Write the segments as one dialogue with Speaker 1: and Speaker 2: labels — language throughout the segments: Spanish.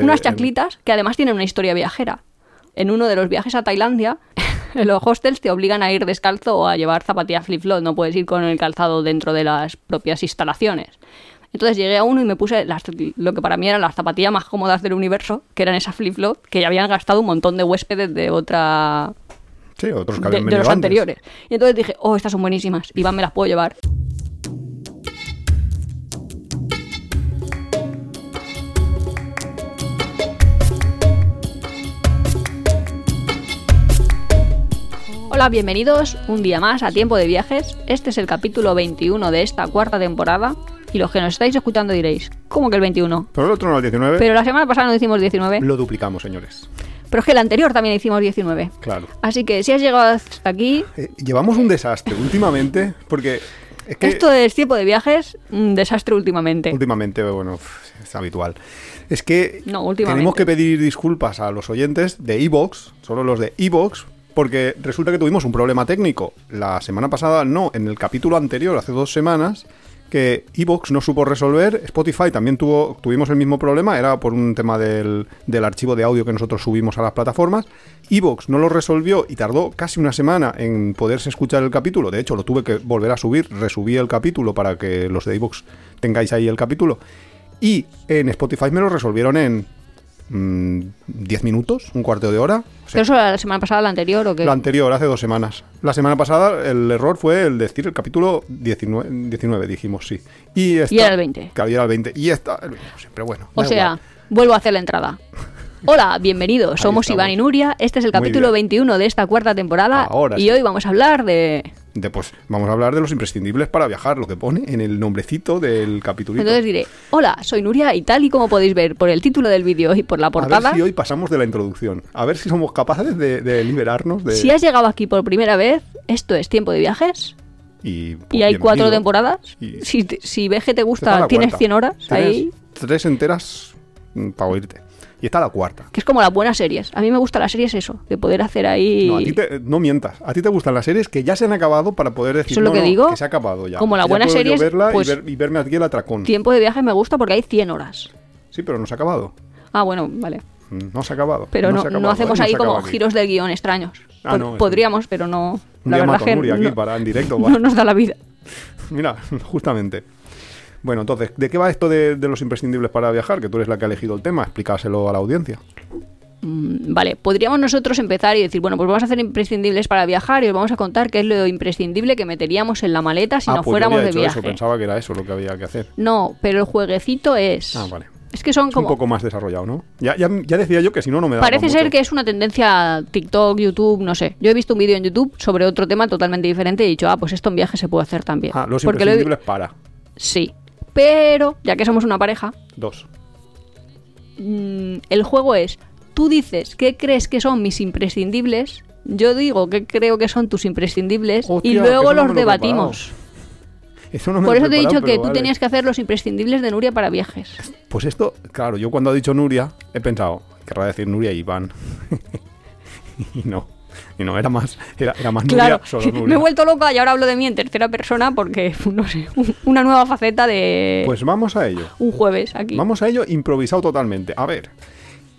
Speaker 1: unas chaclitas que además tienen una historia viajera. En uno de los viajes a Tailandia, en los hostels te obligan a ir descalzo o a llevar zapatillas flip-flop, no puedes ir con el calzado dentro de las propias instalaciones. Entonces llegué a uno y me puse las- lo que para mí eran las zapatillas más cómodas del universo, que eran esas flip-flop, que ya habían gastado un montón de huéspedes de otra
Speaker 2: Sí, otros que
Speaker 1: de,
Speaker 2: habían
Speaker 1: de
Speaker 2: venido
Speaker 1: los
Speaker 2: antes.
Speaker 1: anteriores. Y entonces dije, oh, estas son buenísimas. Iván, me las puedo llevar. Hola, bienvenidos un día más a Tiempo de Viajes. Este es el capítulo 21 de esta cuarta temporada. Y los que nos estáis escuchando diréis, ¿cómo que el 21?
Speaker 2: Pero el otro no, el 19,
Speaker 1: Pero eh. la semana pasada no hicimos 19,
Speaker 2: lo duplicamos, señores.
Speaker 1: pero es que el anterior también hicimos 19.
Speaker 2: Claro.
Speaker 1: Así que si has llegado hasta aquí,
Speaker 2: Eh, llevamos un desastre últimamente, porque es que
Speaker 1: Esto es tiempo de viajes, un desastre últimamente.
Speaker 2: últimamente, bueno, es habitual. Es que
Speaker 1: No, últimamente.
Speaker 2: tenemos que pedir disculpas a los oyentes de Evox, solo los de Evox, porque resulta que tuvimos un problema técnico. La semana pasada, no, en el capítulo anterior, hace dos semanas, que Evox no supo resolver. Spotify también tuvo, tuvimos el mismo problema, era por un tema del, del archivo de audio que nosotros subimos a las plataformas. Evox no lo resolvió y tardó casi una semana en poderse escuchar el capítulo. De hecho, lo tuve que volver a subir, resubí el capítulo para que los de Evox tengáis ahí el capítulo. Y en Spotify me lo resolvieron en mm, 10 minutos, un cuarto de hora. O sea,
Speaker 1: ¿Pero eso era la semana pasada, la anterior o qué?
Speaker 2: lo anterior, hace dos semanas. La semana pasada el error fue el decir el capítulo 19, 19, dijimos, sí. Y, esta-
Speaker 1: Y era el 20.
Speaker 2: Claro, y era el 20. Y esta, el 20, pero bueno.
Speaker 1: o
Speaker 2: da
Speaker 1: sea,
Speaker 2: igual.
Speaker 1: vuelvo a hacer la entrada. Hola, bienvenidos.
Speaker 2: Ahí
Speaker 1: Somos
Speaker 2: estamos.
Speaker 1: Iván y Nuria. Este es el
Speaker 2: Muy
Speaker 1: capítulo
Speaker 2: bien.
Speaker 1: 21 de esta cuarta temporada.
Speaker 2: Ahora
Speaker 1: y
Speaker 2: sí.
Speaker 1: hoy vamos a hablar de.
Speaker 2: De, pues, vamos a hablar de los imprescindibles para viajar, lo que pone en el nombrecito del capítulo.
Speaker 1: Entonces diré: Hola, soy Nuria y tal y como podéis ver por el título del vídeo y por la
Speaker 2: a ver
Speaker 1: portada.
Speaker 2: si hoy pasamos de la introducción. A ver si somos capaces de, de liberarnos de...
Speaker 1: si has llegado aquí por primera vez, esto es tiempo de viajes.
Speaker 2: y,
Speaker 1: Y hay cuatro
Speaker 2: Pues bienvenido.
Speaker 1: temporadas.
Speaker 2: Y-
Speaker 1: Si, te- si ves que te
Speaker 2: Está
Speaker 1: gusta,
Speaker 2: la
Speaker 1: tienes
Speaker 2: cuarta.
Speaker 1: 100 horas
Speaker 2: Tienes
Speaker 1: ahí.
Speaker 2: Tres enteras para oírte. Y está la cuarta.
Speaker 1: Que es como las buenas series. A mí me gustan las series eso, de poder hacer ahí...
Speaker 2: No, a ti te- no mientas. A ti te gustan las series que ya se han acabado para poder decir
Speaker 1: Eso es lo
Speaker 2: "No,
Speaker 1: que
Speaker 2: no,
Speaker 1: digo.
Speaker 2: se ha acabado ya.
Speaker 1: Como la
Speaker 2: Ya
Speaker 1: buena
Speaker 2: puedo yo
Speaker 1: serie es,
Speaker 2: verla y
Speaker 1: pues,
Speaker 2: ver- y, verme aquí el atracón.
Speaker 1: Tiempo Mm. de viaje me gusta porque hay 100 horas.
Speaker 2: Sí, pero no se ha acabado.
Speaker 1: Ah, bueno, vale.
Speaker 2: Mm, No se ha acabado.
Speaker 1: Pero no,
Speaker 2: se ha
Speaker 1: no
Speaker 2: acabado, ¿eh?
Speaker 1: hacemos
Speaker 2: No
Speaker 1: ahí
Speaker 2: se
Speaker 1: como
Speaker 2: acaba aquí.
Speaker 1: giros de guión extraños.
Speaker 2: Ah,
Speaker 1: Pod-
Speaker 2: no, eso.
Speaker 1: Podríamos, pero no...
Speaker 2: Un
Speaker 1: la
Speaker 2: día
Speaker 1: verdad
Speaker 2: mato a
Speaker 1: que
Speaker 2: Nuria aquí
Speaker 1: no,
Speaker 2: para en directo. va.
Speaker 1: no nos da la vida.
Speaker 2: Mira, justamente. Bueno, entonces, ¿de qué va esto de, de los imprescindibles para viajar? Que tú eres la que ha elegido el tema. Explícaselo a la audiencia.
Speaker 1: Mm, Vale, podríamos nosotros empezar y decir, bueno, pues vamos a hacer imprescindibles para viajar y os vamos a contar qué es lo imprescindible que meteríamos en la maleta si
Speaker 2: ah,
Speaker 1: no
Speaker 2: pues yo
Speaker 1: fuéramos
Speaker 2: había
Speaker 1: de
Speaker 2: hecho
Speaker 1: viaje.
Speaker 2: eso. Pensaba que era eso lo que había que hacer.
Speaker 1: No, pero el jueguecito es...
Speaker 2: Ah, vale.
Speaker 1: Es que son
Speaker 2: Es
Speaker 1: como...
Speaker 2: un poco más desarrollado, ¿no? Ya, ya, ya decía yo que si no, no me daba
Speaker 1: Parece
Speaker 2: mucho.
Speaker 1: ser que es una tendencia TikTok, YouTube, no sé. Yo he visto un vídeo en YouTube sobre otro tema totalmente diferente y he dicho, ah, pues esto en viaje se puede hacer también.
Speaker 2: Ah, los
Speaker 1: Porque lo he vi-
Speaker 2: imprescindibles para.
Speaker 1: Sí. Pero, ya que somos una pareja,
Speaker 2: Dos.
Speaker 1: mm, el juego es, tú dices qué crees que son mis imprescindibles, yo digo qué creo que son tus imprescindibles
Speaker 2: Hostia,
Speaker 1: y
Speaker 2: que
Speaker 1: luego
Speaker 2: eso no me
Speaker 1: los
Speaker 2: lo he
Speaker 1: debatimos.
Speaker 2: Eso no me
Speaker 1: Por
Speaker 2: lo
Speaker 1: eso te he
Speaker 2: preparado,
Speaker 1: dicho que
Speaker 2: pero
Speaker 1: tú
Speaker 2: vale.
Speaker 1: tenías que hacer los imprescindibles de Nuria para viajes.
Speaker 2: Pues esto, claro, yo cuando ha dicho Nuria, he pensado, querrá decir Nuria y Iván. y no. Y no, era más, era, era más
Speaker 1: Claro,
Speaker 2: Nuria, solo
Speaker 1: me he
Speaker 2: Nuria.
Speaker 1: vuelto loca y ahora hablo de mí en tercera persona porque, no sé, un- una nueva faceta de
Speaker 2: Pues vamos a ello.
Speaker 1: un jueves aquí.
Speaker 2: Vamos a ello improvisado totalmente. A ver,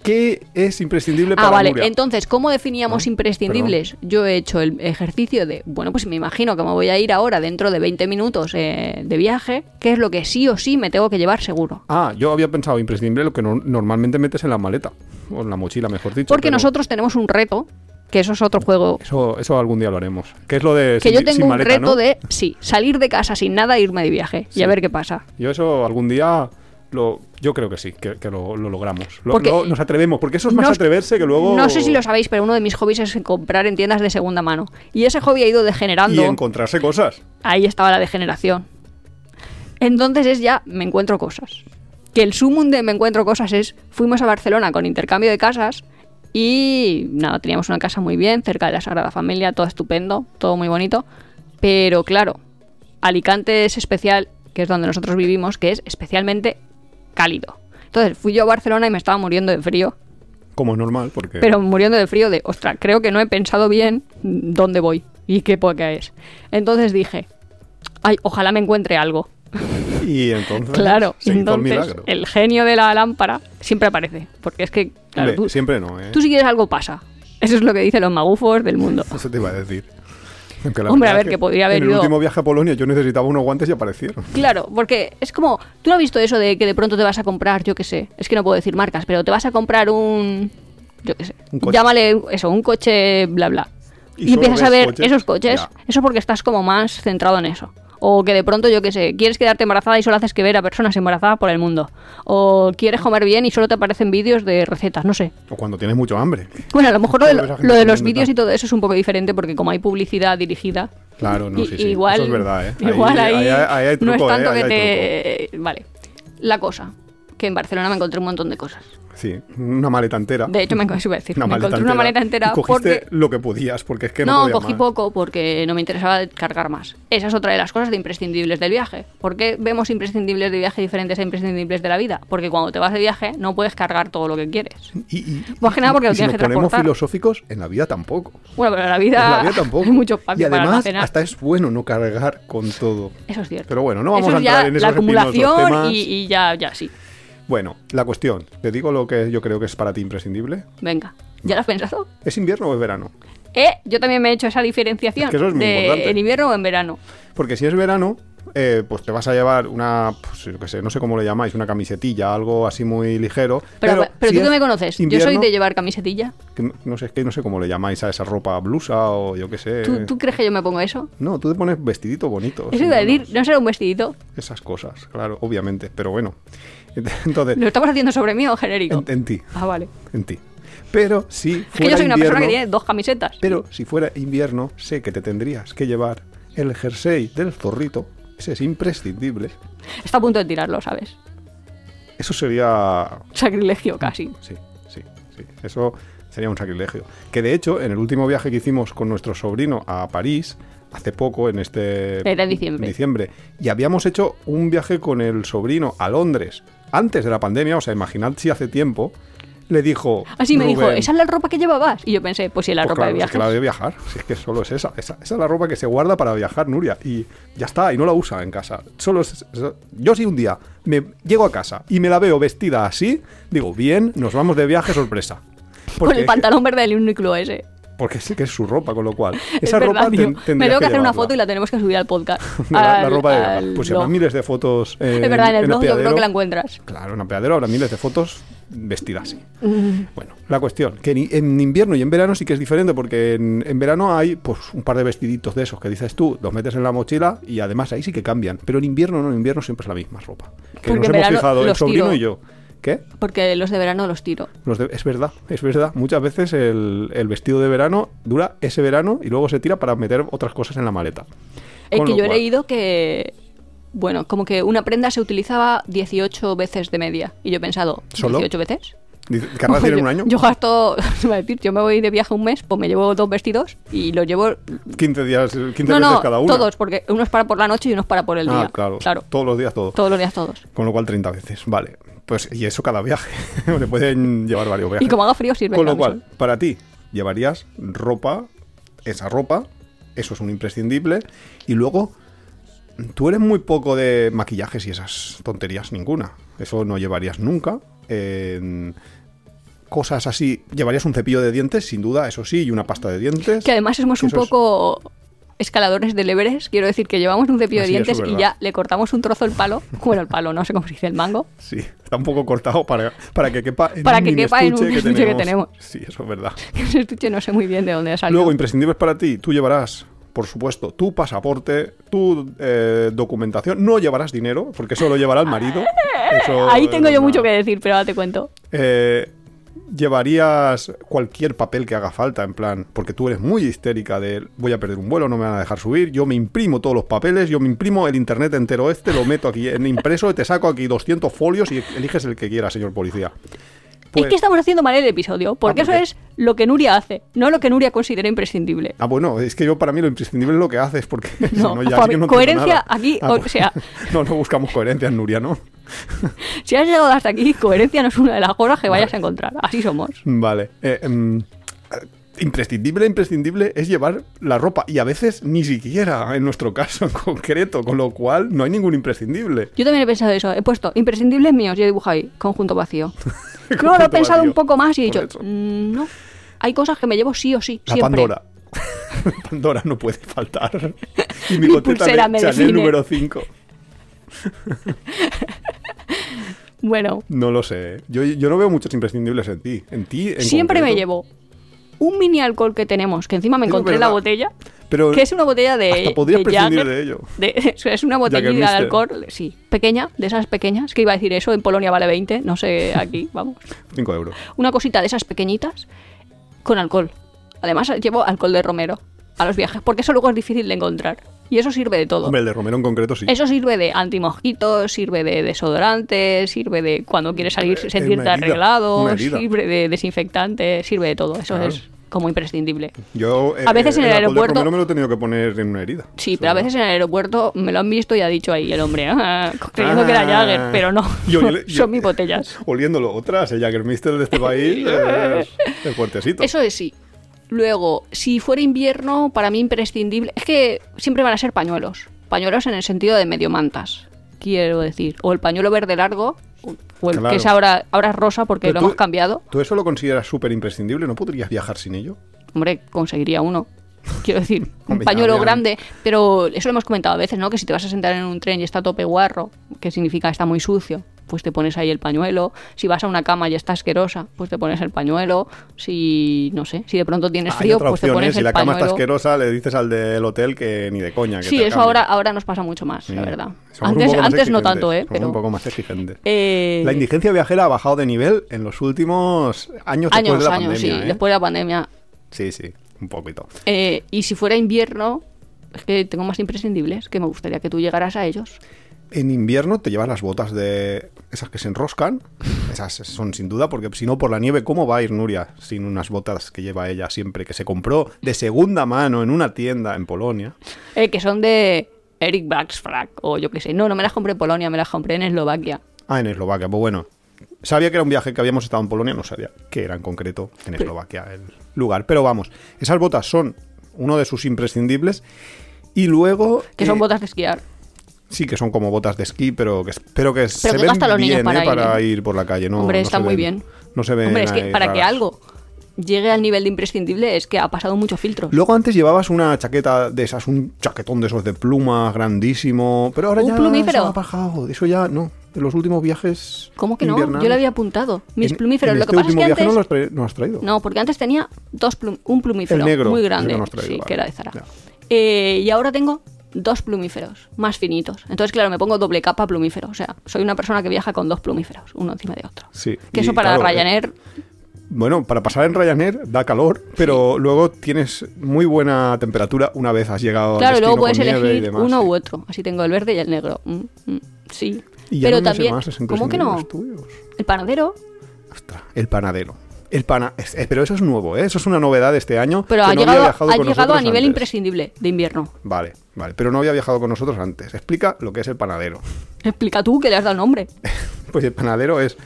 Speaker 2: ¿qué es imprescindible para
Speaker 1: Ah, vale.
Speaker 2: Nuria?
Speaker 1: Entonces, ¿cómo definíamos
Speaker 2: Ah,
Speaker 1: imprescindibles? Yo he hecho el ejercicio de, bueno, pues me imagino que me voy a ir ahora dentro de 20 minutos eh, de viaje, ¿qué es lo que sí o sí me tengo que llevar seguro?
Speaker 2: Ah, yo había pensado imprescindible lo que no- normalmente metes en la maleta, o en la mochila, mejor dicho.
Speaker 1: Porque
Speaker 2: pero
Speaker 1: nosotros tenemos un reto, que eso es otro juego,
Speaker 2: Eso, eso algún día lo haremos. Que es lo de
Speaker 1: que
Speaker 2: sin-
Speaker 1: yo
Speaker 2: sin
Speaker 1: tengo un
Speaker 2: maleta,
Speaker 1: reto
Speaker 2: ¿no?
Speaker 1: de, sí, salir de casa sin nada e irme de viaje y
Speaker 2: Sí.
Speaker 1: a ver qué pasa.
Speaker 2: Yo eso algún día lo, yo creo que sí, que, que lo, lo logramos. Lo-
Speaker 1: Porque-
Speaker 2: lo- nos atrevemos, porque eso es más
Speaker 1: No-
Speaker 2: atreverse que luego.
Speaker 1: No sé si lo sabéis, pero uno de mis hobbies es comprar en tiendas de segunda mano. Y ese hobby ha ido
Speaker 2: Y
Speaker 1: degenerando.
Speaker 2: encontrarse cosas.
Speaker 1: ahí estaba la degeneración. Entonces es ya, me encuentro cosas. Que el sumum de me encuentro cosas es, fuimos a Barcelona con intercambio de casas y nada, teníamos una casa muy bien, cerca de la Sagrada Familia, todo estupendo, todo muy bonito. Pero claro, Alicante es especial, que es donde nosotros vivimos, que es especialmente cálido. Entonces fui yo a Barcelona y me estaba muriendo de frío
Speaker 2: Como es normal, porque.
Speaker 1: pero muriendo de frío de, ostra, creo que no he pensado bien dónde voy y qué poca es. Entonces dije, ay, ojalá me encuentre algo.
Speaker 2: Y entonces.
Speaker 1: Claro,
Speaker 2: se hizo el
Speaker 1: entonces
Speaker 2: milagro.
Speaker 1: el genio de la lámpara siempre aparece, porque es que, claro,
Speaker 2: Hombre,
Speaker 1: tú,
Speaker 2: siempre no, ¿eh?
Speaker 1: tú si quieres algo pasa. Eso es lo que dicen los magufos del mundo.
Speaker 2: Eso te iba a decir. Aunque la
Speaker 1: Hombre,
Speaker 2: verdad
Speaker 1: a ver,
Speaker 2: es
Speaker 1: que podría haber
Speaker 2: En el
Speaker 1: ido-
Speaker 2: último viaje a Polonia yo necesitaba unos guantes y aparecieron.
Speaker 1: Claro, porque es como, tú no has visto eso de que de pronto te vas a comprar, yo qué sé, es que no puedo decir marcas, pero te vas a comprar un, yo qué sé,
Speaker 2: Un coche.
Speaker 1: llámale eso, un coche, bla, bla.
Speaker 2: Y
Speaker 1: Y,
Speaker 2: solo
Speaker 1: empiezas a
Speaker 2: ves
Speaker 1: ver
Speaker 2: coches,
Speaker 1: esos coches,
Speaker 2: ya.
Speaker 1: eso porque estás como más centrado en eso. O que de pronto, yo qué sé, quieres quedarte embarazada y solo haces que ver a personas embarazadas por el mundo. O quieres comer bien y solo te aparecen vídeos de recetas, no sé.
Speaker 2: O cuando tienes mucho hambre.
Speaker 1: Bueno, a lo mejor lo de,
Speaker 2: Solo ves a
Speaker 1: lo-
Speaker 2: gente
Speaker 1: lo de los
Speaker 2: comiendo y
Speaker 1: vídeos
Speaker 2: tal.
Speaker 1: y todo eso es un poco diferente porque como hay publicidad dirigida,
Speaker 2: Claro, no,
Speaker 1: y-
Speaker 2: sí, sí.
Speaker 1: Igual,
Speaker 2: Eso es verdad, ¿eh? Ahí-
Speaker 1: Igual ahí,
Speaker 2: ahí- ahí hay
Speaker 1: no
Speaker 2: truco,
Speaker 1: es tanto
Speaker 2: ¿eh? Ahí
Speaker 1: que
Speaker 2: hay
Speaker 1: te... Vale. La cosa, que en Barcelona me encontré un montón de cosas.
Speaker 2: truco. Sí, una maleta entera.
Speaker 1: De hecho, me, encontré- iba a decir, me encontré una maleta entera
Speaker 2: Y cogiste
Speaker 1: porque...
Speaker 2: lo que podías, porque es que no,
Speaker 1: No,
Speaker 2: podía
Speaker 1: cogí
Speaker 2: más.
Speaker 1: poco porque no me interesaba cargar más. Esa es otra de las cosas de imprescindibles del viaje. ¿Por qué vemos imprescindibles de viaje diferentes a imprescindibles de la vida? Porque cuando te vas de viaje no puedes cargar todo lo que quieres.
Speaker 2: Y, y-
Speaker 1: Más que nada porque
Speaker 2: y
Speaker 1: lo
Speaker 2: si
Speaker 1: tienes
Speaker 2: nos
Speaker 1: que
Speaker 2: ponemos
Speaker 1: transportar.
Speaker 2: filosóficos, en la vida tampoco.
Speaker 1: Bueno, pero en la
Speaker 2: En
Speaker 1: vida,
Speaker 2: la vida tampoco.
Speaker 1: hay mucho
Speaker 2: y
Speaker 1: espacio para
Speaker 2: además,
Speaker 1: almacenar.
Speaker 2: hasta es bueno no cargar con todo.
Speaker 1: Eso es cierto.
Speaker 2: Pero bueno, no vamos
Speaker 1: Eso
Speaker 2: a
Speaker 1: es
Speaker 2: entrar
Speaker 1: ya
Speaker 2: en esos
Speaker 1: la
Speaker 2: espinosos
Speaker 1: acumulación
Speaker 2: temas.
Speaker 1: Y, y ya, ya sí.
Speaker 2: Bueno, la cuestión, te digo lo que yo creo que es para ti imprescindible.
Speaker 1: Venga. ¿Ya lo has pensado?
Speaker 2: ¿Es invierno o es verano?
Speaker 1: ¿Eh? Yo también me he hecho esa diferenciación
Speaker 2: Es que eso es muy
Speaker 1: de
Speaker 2: importante.
Speaker 1: en invierno o en verano.
Speaker 2: Porque si es verano, eh, pues te vas a llevar una, pues, yo qué sé, no sé cómo le llamáis, una camisetilla, algo así muy ligero.
Speaker 1: Pero, pero
Speaker 2: si
Speaker 1: tú que
Speaker 2: es
Speaker 1: me conoces, yo soy
Speaker 2: invierno,
Speaker 1: de llevar camisetilla.
Speaker 2: que no- no sé, es que no sé cómo le llamáis a esa ropa blusa o yo qué sé.
Speaker 1: ¿Tú, tú crees que yo me pongo eso?
Speaker 2: No, tú te pones vestidito bonito.
Speaker 1: Eso
Speaker 2: sin
Speaker 1: iba a
Speaker 2: manos.
Speaker 1: decir, no será un vestidito.
Speaker 2: Esas cosas, claro, obviamente, pero bueno. Entonces,
Speaker 1: ¿Lo estamos haciendo sobre mí o genérico?
Speaker 2: en, en ti,
Speaker 1: Ah, vale.
Speaker 2: en ti. Pero si
Speaker 1: Es que yo
Speaker 2: fuera
Speaker 1: soy una persona que
Speaker 2: invierno-
Speaker 1: tiene dos camisetas.
Speaker 2: Pero si fuera invierno, sé que te tendrías que llevar el jersey del zorrito. Ese es imprescindible.
Speaker 1: Está a punto de tirarlo, ¿sabes?
Speaker 2: Eso sería...
Speaker 1: Sacrilegio casi.
Speaker 2: Sí, sí, sí. Eso sería un sacrilegio. Que de hecho, en el último viaje que hicimos con nuestro sobrino a París, hace poco, en este...
Speaker 1: Era en Eh, diciembre.
Speaker 2: diciembre. Y habíamos hecho un viaje con el sobrino a Londres, antes de la pandemia, o sea, imaginad si hace tiempo, le dijo...
Speaker 1: Así Ah, me dijo,
Speaker 2: Rubén,
Speaker 1: esa es la ropa que llevabas. Y yo pensé, pues si es la
Speaker 2: Pues
Speaker 1: ropa de
Speaker 2: claro, es
Speaker 1: viaje.
Speaker 2: que la de viajar, si es que solo es esa, esa. esa es la ropa que se guarda para viajar, Nuria. Y ya está, y no la usa en casa. Solo es- es- yo si un día me llego a casa y me la veo vestida así, digo, bien, nos vamos de viaje sorpresa.
Speaker 1: Con el
Speaker 2: Porque-
Speaker 1: pantalón verde del único ese.
Speaker 2: Porque sé que es su ropa, con lo cual.
Speaker 1: Es
Speaker 2: Esa
Speaker 1: verdad,
Speaker 2: ropa
Speaker 1: tío.
Speaker 2: ten-
Speaker 1: Me
Speaker 2: tendrías
Speaker 1: tengo que, hacer una
Speaker 2: llevarla.
Speaker 1: foto y la tenemos que subir al podcast.
Speaker 2: La, la
Speaker 1: Al-
Speaker 2: ropa de
Speaker 1: al
Speaker 2: viajar. Pues habrá
Speaker 1: blog.
Speaker 2: miles de fotos. eh,
Speaker 1: Es verdad, en el blog yo creo
Speaker 2: apeadero.
Speaker 1: que la encuentras.
Speaker 2: Claro, en apeadero habrá miles de fotos vestidas así. Bueno, la cuestión, que en, en invierno y en verano sí que es diferente, porque en, en verano hay pues un par de vestiditos de esos que dices tú, los metes en la mochila y además ahí sí que cambian. Pero en invierno no, en invierno siempre es la misma ropa. Que
Speaker 1: Porque en
Speaker 2: nos hemos
Speaker 1: verano
Speaker 2: fijado, el
Speaker 1: los
Speaker 2: sobrino
Speaker 1: tiro.
Speaker 2: y yo. ¿Qué?
Speaker 1: Porque los de verano los tiro.
Speaker 2: Los de- es verdad, es verdad. Muchas veces el, el vestido de verano dura ese verano y luego se tira para meter otras cosas en la maleta.
Speaker 1: Es
Speaker 2: Con
Speaker 1: que
Speaker 2: lo
Speaker 1: yo he
Speaker 2: cual-
Speaker 1: leído que. Bueno, como que una prenda se utilizaba 18 veces de media. Y yo he pensado,
Speaker 2: ¿Solo?
Speaker 1: ¿18 veces?
Speaker 2: Dice, ¿Querrás
Speaker 1: Pues
Speaker 2: ir en
Speaker 1: yo-
Speaker 2: un año?
Speaker 1: Yo gasto, se va a decir, yo me voy de viaje un mes, pues me llevo dos vestidos y los llevo.
Speaker 2: 15 días, 15
Speaker 1: No,
Speaker 2: veces
Speaker 1: no,
Speaker 2: cada uno.
Speaker 1: todos, porque unos para por la noche y unos para por el
Speaker 2: ah,
Speaker 1: día.
Speaker 2: claro, Todos los días, todos.
Speaker 1: Todos los días, todos.
Speaker 2: Con lo cual 30 veces, vale. Pues y eso cada viaje. Te pueden llevar varios viajes.
Speaker 1: Y como haga frío sirve.
Speaker 2: Con lo
Speaker 1: claro,
Speaker 2: cual, para ti, llevarías ropa, esa ropa, eso es un imprescindible. Y luego, tú eres muy poco de maquillajes y esas tonterías ninguna. Eso no llevarías nunca. En cosas así, llevarías un cepillo de dientes, sin duda, eso sí, y una pasta de dientes.
Speaker 1: Que además somos
Speaker 2: Que
Speaker 1: un
Speaker 2: eso es-
Speaker 1: poco escaladores del Everest. Quiero decir que llevamos un cepillo de
Speaker 2: Así es,
Speaker 1: dientes
Speaker 2: es
Speaker 1: y
Speaker 2: verdad.
Speaker 1: ya le cortamos un trozo el palo. Bueno, el palo, no sé cómo se dice, el mango.
Speaker 2: Sí, está un poco cortado para, para que quepa en
Speaker 1: Para
Speaker 2: un
Speaker 1: que
Speaker 2: mini
Speaker 1: quepa en un estuche que
Speaker 2: Sí, eso es verdad.
Speaker 1: Ese estuche no sé muy bien de dónde ha salido.
Speaker 2: Luego, imprescindibles para ti, tú llevarás, por supuesto, tu pasaporte, tu eh, documentación. No llevarás dinero, porque eso lo llevará el marido. Eso
Speaker 1: Ahí
Speaker 2: es
Speaker 1: tengo yo
Speaker 2: una-
Speaker 1: mucho que decir, pero ahora te cuento.
Speaker 2: Eh, llevarías cualquier papel que haga falta, en plan, porque tú eres muy histérica de voy a perder un vuelo, no me van a dejar subir, yo me imprimo todos los papeles, yo me imprimo el internet entero este, lo meto aquí en impreso, te saco aquí 200 folios y eliges el que quieras, señor policía. Pues-
Speaker 1: Es que estamos haciendo mal el episodio, porque
Speaker 2: Ah, ¿por
Speaker 1: eso
Speaker 2: qué?
Speaker 1: es lo que Nuria hace, no lo que Nuria considera imprescindible.
Speaker 2: Ah, bueno, es que yo para mí lo imprescindible es lo que haces, porque si
Speaker 1: No,
Speaker 2: no, ya
Speaker 1: Fabi,
Speaker 2: es que no tengo
Speaker 1: coherencia
Speaker 2: nada.
Speaker 1: aquí,
Speaker 2: Ah,
Speaker 1: o
Speaker 2: pues,
Speaker 1: sea-
Speaker 2: No, no buscamos coherencias, Nuria, ¿no?
Speaker 1: Si has llegado hasta aquí, coherencia no es una de las cosas que vayas a encontrar. Así somos.
Speaker 2: Vale. eh, em, imprescindible, imprescindible es llevar la ropa. Y a veces ni siquiera, en nuestro caso en concreto, con lo cual no hay ningún imprescindible.
Speaker 1: Yo también he pensado eso. He puesto imprescindibles míos. Yo he dibujado ahí, conjunto vacío. no, lo he
Speaker 2: Conjunto
Speaker 1: pensado
Speaker 2: vacío.
Speaker 1: un poco más y he
Speaker 2: Por
Speaker 1: dicho,
Speaker 2: eso.
Speaker 1: "Mm, no. Hay cosas que me llevo sí o sí.
Speaker 2: La
Speaker 1: siempre.
Speaker 2: Pandora. La Pandora no puede faltar. Y mi,
Speaker 1: Mi
Speaker 2: goteta
Speaker 1: pulsera
Speaker 2: de
Speaker 1: me
Speaker 2: Chanel
Speaker 1: define.
Speaker 2: número 5.
Speaker 1: Bueno,
Speaker 2: No lo sé. Yo, yo no veo muchos imprescindibles en ti. En ti, en
Speaker 1: siempre me
Speaker 2: concreto.
Speaker 1: llevo un mini alcohol que tenemos, que encima me
Speaker 2: Es
Speaker 1: encontré la
Speaker 2: verdad.
Speaker 1: botella,
Speaker 2: Pero
Speaker 1: que es una botella de.
Speaker 2: hasta podrías
Speaker 1: de
Speaker 2: prescindir
Speaker 1: Jagger,
Speaker 2: de ello.
Speaker 1: de- es una
Speaker 2: Jagger
Speaker 1: botellita de
Speaker 2: Mister.
Speaker 1: alcohol, sí, pequeña, de esas pequeñas, que iba a decir eso, en Polonia vale 20, no sé, aquí, vamos.
Speaker 2: 5 euros.
Speaker 1: Una cosita de esas pequeñitas con alcohol. Además, llevo alcohol de romero a los viajes, porque eso luego es difícil de encontrar. Y eso sirve de todo.
Speaker 2: Hombre, el de Romero en concreto sí.
Speaker 1: Eso sirve de antimosquitos, sirve de desodorante, sirve de cuando quieres salir
Speaker 2: Eh,
Speaker 1: sentirte
Speaker 2: una herida,
Speaker 1: arreglado,
Speaker 2: una herida.
Speaker 1: sirve de desinfectante, sirve de todo. Eso
Speaker 2: Claro.
Speaker 1: es como imprescindible.
Speaker 2: Yo eh,
Speaker 1: A veces en el
Speaker 2: alcohol de
Speaker 1: aeropuerto-
Speaker 2: Romero me lo he tenido que poner en una herida.
Speaker 1: Sí,
Speaker 2: Eso
Speaker 1: pero a
Speaker 2: es verdad.
Speaker 1: veces en el aeropuerto me lo han visto y ha dicho ahí el hombre, "Ah", creyendo que era
Speaker 2: Ah.
Speaker 1: Jagger, pero no,
Speaker 2: Y oye- y-
Speaker 1: son mis botellas.
Speaker 2: Oliéndolo otras, el Jaggermeister de este país es, es fuertecito.
Speaker 1: Eso es sí. Luego, si fuera invierno, para mí imprescindible. Es que siempre van a ser pañuelos. Pañuelos en el sentido de medio mantas, quiero decir. O el pañuelo verde largo, o el
Speaker 2: Claro.
Speaker 1: que es ahora, ahora es rosa porque
Speaker 2: Pero
Speaker 1: lo
Speaker 2: tú-
Speaker 1: hemos cambiado.
Speaker 2: ¿Tú eso lo consideras súper imprescindible? ¿No podrías viajar sin ello?
Speaker 1: Hombre, conseguiría uno. Quiero decir, un
Speaker 2: Hombre, ya,
Speaker 1: pañuelo
Speaker 2: obviamente.
Speaker 1: grande, pero eso lo hemos comentado a veces, ¿no? Que si te vas a sentar en un tren y está a tope guarro, que significa está muy sucio, pues te pones ahí el pañuelo. Si vas a una cama y está asquerosa, pues te pones el pañuelo. Si, no sé, si de pronto tienes
Speaker 2: Hay
Speaker 1: frío,
Speaker 2: otra
Speaker 1: pues te
Speaker 2: opción,
Speaker 1: pones
Speaker 2: ¿eh? Si
Speaker 1: el
Speaker 2: la cama
Speaker 1: pañuelo.
Speaker 2: está asquerosa, le dices al del hotel que ni de coña. Que
Speaker 1: sí,
Speaker 2: te
Speaker 1: eso
Speaker 2: cambie.
Speaker 1: ahora, ahora nos pasa mucho más, la
Speaker 2: Sí.
Speaker 1: verdad.
Speaker 2: Somos un
Speaker 1: Antes,
Speaker 2: poco más
Speaker 1: antes no
Speaker 2: exigentes,
Speaker 1: tanto, ¿eh?
Speaker 2: somos
Speaker 1: Pero,
Speaker 2: un poco más exigentes.
Speaker 1: eh,
Speaker 2: La indigencia viajera ha bajado de nivel en los últimos años, después
Speaker 1: años,
Speaker 2: de la
Speaker 1: años, sí.
Speaker 2: pandemia. ¿eh?
Speaker 1: Después de la pandemia.
Speaker 2: Sí, sí, un poquito.
Speaker 1: Eh, y si fuera invierno, es que tengo más imprescindibles que me gustaría que tú llegaras a ellos.
Speaker 2: En invierno te llevas las botas de esas que se enroscan. Esas son sin duda, porque si no, por la nieve, ¿cómo va a ir Nuria sin unas botas que lleva ella siempre, que se compró de segunda mano en una tienda en Polonia?
Speaker 1: Eh, que son de Eric Baxfrak o yo qué sé. No, no me las compré en Polonia, me las compré en Eslovaquia.
Speaker 2: Ah, en Eslovaquia, pues bueno. Sabía que era un viaje que habíamos estado en Polonia, no sabía que era en concreto en Eslovaquia el lugar. Pero vamos, esas botas son uno de sus imprescindibles. Y luego...
Speaker 1: Que
Speaker 2: eh,
Speaker 1: son botas de esquiar.
Speaker 2: Sí, que son como botas de esquí, pero que espero que se
Speaker 1: que
Speaker 2: ven
Speaker 1: gastan los niños
Speaker 2: bien
Speaker 1: para
Speaker 2: eh,
Speaker 1: ir,
Speaker 2: para
Speaker 1: ¿eh?
Speaker 2: ir por la calle. No,
Speaker 1: Hombre,
Speaker 2: no
Speaker 1: está
Speaker 2: se
Speaker 1: muy
Speaker 2: ven-
Speaker 1: bien.
Speaker 2: No se ven
Speaker 1: Hombre, es que
Speaker 2: ahí
Speaker 1: para que
Speaker 2: raras.
Speaker 1: algo llegue al nivel de imprescindible es que ha pasado muchos filtros.
Speaker 2: Luego antes llevabas una chaqueta de esas, un chaquetón de esos de plumas grandísimo, pero ahora
Speaker 1: Un
Speaker 2: ya
Speaker 1: plumífero.
Speaker 2: eso ha bajado. Eso ya no. En los últimos viajes.
Speaker 1: ¿Cómo que no?
Speaker 2: invernales-
Speaker 1: Yo lo había apuntado. Mis
Speaker 2: en-
Speaker 1: plumíferos.
Speaker 2: en
Speaker 1: Lo
Speaker 2: este
Speaker 1: que pasa es
Speaker 2: último
Speaker 1: que
Speaker 2: viaje
Speaker 1: antes.
Speaker 2: no lo has tra- no has traído.
Speaker 1: No, porque antes tenía dos plum- un plumífero
Speaker 2: El negro,
Speaker 1: muy
Speaker 2: el que
Speaker 1: grande,
Speaker 2: nos trae,
Speaker 1: sí,
Speaker 2: vale.
Speaker 1: que era de Zara.
Speaker 2: Ya.
Speaker 1: Eh, y ahora tengo dos plumíferos más finitos. Entonces, claro, me pongo doble capa plumífero. O sea, soy una persona que viaja con dos plumíferos, uno encima de otro.
Speaker 2: Sí,
Speaker 1: Que
Speaker 2: y
Speaker 1: eso para
Speaker 2: claro, eh,
Speaker 1: Ryanair
Speaker 2: Bueno, para pasar en Ryanair da calor, pero luego tienes muy buena temperatura una vez has llegado
Speaker 1: Claro,
Speaker 2: al
Speaker 1: y luego
Speaker 2: destino
Speaker 1: puedes
Speaker 2: con nieve y
Speaker 1: elegir
Speaker 2: demás.
Speaker 1: uno
Speaker 2: sí.
Speaker 1: u otro. Así tengo el verde y el negro. Mm, mm, sí.
Speaker 2: Y ya
Speaker 1: Pero
Speaker 2: no me sé
Speaker 1: también.
Speaker 2: más, es
Speaker 1: ¿Cómo que no?
Speaker 2: imprescindibles tuyos.
Speaker 1: El panadero.
Speaker 2: Ostras, el panadero. El pana... es- eh, pero eso es nuevo, ¿eh? Eso es una novedad de este año.
Speaker 1: Pero
Speaker 2: que
Speaker 1: ha
Speaker 2: no había
Speaker 1: llegado,
Speaker 2: viajado
Speaker 1: ha
Speaker 2: con
Speaker 1: llegado a
Speaker 2: nosotros
Speaker 1: nivel
Speaker 2: antes.
Speaker 1: imprescindible de invierno.
Speaker 2: Vale, vale. Pero no había viajado con nosotros antes. Explica lo que es el panadero.
Speaker 1: Explica tú que le has dado el nombre.
Speaker 2: Pues el panadero es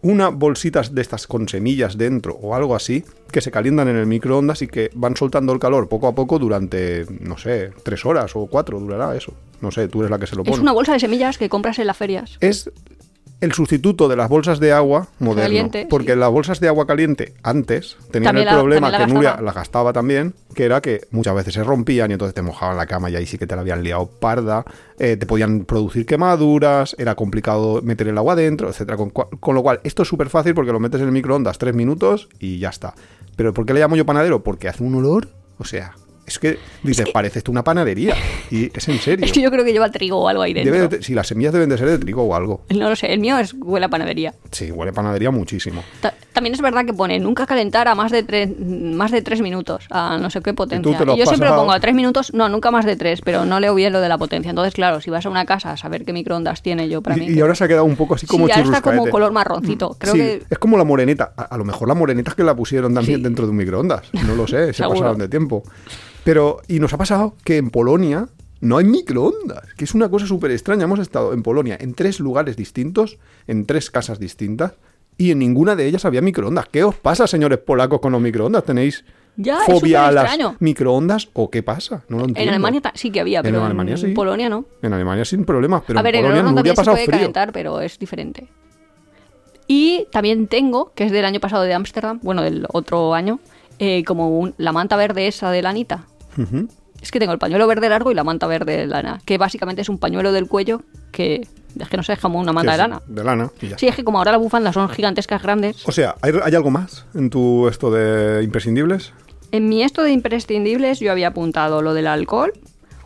Speaker 2: una bolsitas de estas con semillas dentro o algo así que se calientan en el microondas y que van soltando el calor poco a poco durante, no sé, tres horas o cuatro durará eso. No sé, tú eres la que se lo pone.
Speaker 1: Es una bolsa de semillas que compras en las ferias.
Speaker 2: es el sustituto de las bolsas de agua moderno.
Speaker 1: Caliente,
Speaker 2: porque
Speaker 1: sí.
Speaker 2: las bolsas de agua caliente antes tenían
Speaker 1: También
Speaker 2: el
Speaker 1: la-
Speaker 2: problema
Speaker 1: también la
Speaker 2: que Nuria
Speaker 1: gastaba.
Speaker 2: las gastaba también, que era que muchas veces se rompían y entonces te mojaban la cama y ahí sí que te la habían liado parda, eh, te podían producir quemaduras, era complicado meter el agua dentro, etcétera. Con, cua- con lo cual, esto es súper fácil porque lo metes en el microondas tres minutos y ya está. Pero ¿por qué le llamo yo panadero? Porque hace un olor, o sea... Es que dices, parece esto una panadería. Y es en serio.
Speaker 1: Es que yo creo que lleva trigo o algo ahí dentro.
Speaker 2: Debe de- si las semillas deben de ser de trigo o algo.
Speaker 1: No lo sé, el mío es huele a panadería.
Speaker 2: Sí, huele a panadería muchísimo.
Speaker 1: Ta- también es verdad que pone nunca calentar a más de tres más de tres minutos a no sé qué potencia.
Speaker 2: te lo has
Speaker 1: yo siempre lo
Speaker 2: pasado.
Speaker 1: pongo a tres minutos, no, nunca más de tres, pero no leo bien lo de la potencia. Entonces, claro, si vas a una casa a saber qué microondas tiene yo para mí.
Speaker 2: Y, y
Speaker 1: que-
Speaker 2: ahora se ha quedado un poco así como
Speaker 1: sí, ya está como
Speaker 2: churruscaete.
Speaker 1: color marroncito. Creo
Speaker 2: Sí,
Speaker 1: que
Speaker 2: es como la moreneta. A, a lo mejor la moreneta es que la pusieron también
Speaker 1: Sí.
Speaker 2: dentro de un microondas. No lo sé, se
Speaker 1: Seguro.
Speaker 2: pasaron de tiempo. Pero, y nos ha pasado que en Polonia no hay microondas, que es una cosa súper extraña. Hemos estado en Polonia en tres lugares distintos, en tres casas distintas, y en ninguna de ellas había microondas. ¿Qué os pasa, señores polacos, con los microondas? Tenéis
Speaker 1: Ya, es
Speaker 2: fobia a las
Speaker 1: superextraño.
Speaker 2: microondas o qué pasa? No lo entiendo.
Speaker 1: En Alemania ta- sí que había, pero en,
Speaker 2: Alemania sí.
Speaker 1: Polonia no.
Speaker 2: En Alemania sin problemas, pero
Speaker 1: a ver,
Speaker 2: en
Speaker 1: en el
Speaker 2: Polonia
Speaker 1: horno
Speaker 2: no había
Speaker 1: también se
Speaker 2: pasado
Speaker 1: puede
Speaker 2: frío.
Speaker 1: calentar, pero es diferente. Y también tengo, que es del año pasado de Ámsterdam, bueno, del otro año, eh, como un- la manta verde esa de lanita.
Speaker 2: Ujú.
Speaker 1: Es que tengo el pañuelo verde largo y la manta verde de lana, que básicamente es un pañuelo del cuello que es que no se deja como una manta
Speaker 2: Que
Speaker 1: de
Speaker 2: es
Speaker 1: lana.
Speaker 2: De lana. y ya
Speaker 1: Sí, es que como ahora las bufandas son gigantescas grandes.
Speaker 2: O sea, ¿hay, hay algo más en tu esto de imprescindibles?
Speaker 1: En mi esto de imprescindibles yo había apuntado lo del alcohol,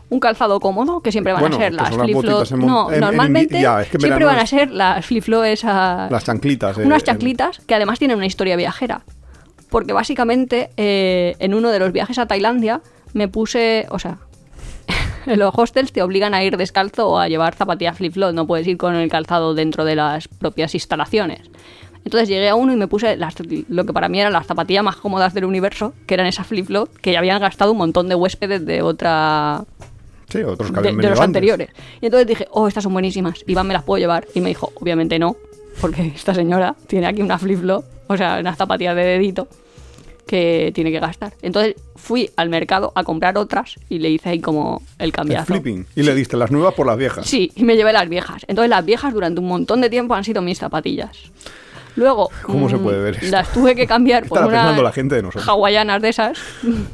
Speaker 1: un calzado cómodo, que siempre van
Speaker 2: Bueno,
Speaker 1: a ser
Speaker 2: que
Speaker 1: las
Speaker 2: son las
Speaker 1: flip
Speaker 2: botitas en mon-
Speaker 1: No,
Speaker 2: en- en invi-
Speaker 1: normalmente
Speaker 2: ya, es que en
Speaker 1: siempre
Speaker 2: verano
Speaker 1: van a
Speaker 2: es-
Speaker 1: ser las flip esas...
Speaker 2: Las chanclitas. eh,
Speaker 1: unas
Speaker 2: en-
Speaker 1: chaclitas que además tienen una historia viajera. Porque básicamente eh, en uno de los viajes a Tailandia me puse, o sea, en los hostels te obligan a ir descalzo o a llevar zapatillas flip-flop, no puedes ir con el calzado dentro de las propias instalaciones. Entonces llegué a uno y me puse las- lo que para mí eran las zapatillas más cómodas del universo, que eran esas flip-flop que ya habían gastado un montón de huéspedes de otra
Speaker 2: Sí, otros que
Speaker 1: de,
Speaker 2: habían
Speaker 1: de
Speaker 2: venido
Speaker 1: los
Speaker 2: antes.
Speaker 1: anteriores. Y entonces dije, oh, estas son buenísimas. Iván me las puedo llevar. Y me dijo, obviamente no, porque esta señora tiene aquí una flip-flop, o sea, una zapatilla de dedito que tiene que gastar. Entonces fui al mercado a comprar otras y le hice ahí como el
Speaker 2: El
Speaker 1: cambiazo.
Speaker 2: flipping. Y le diste las nuevas por las viejas.
Speaker 1: Sí, y me llevé las viejas. Entonces las viejas durante un montón de tiempo han sido mis zapatillas. Luego...
Speaker 2: ¿Cómo se
Speaker 1: mm,
Speaker 2: puede ver esto?
Speaker 1: Las tuve que cambiar por
Speaker 2: Estará
Speaker 1: unas
Speaker 2: pensando la gente de nosotros.
Speaker 1: hawaianas de esas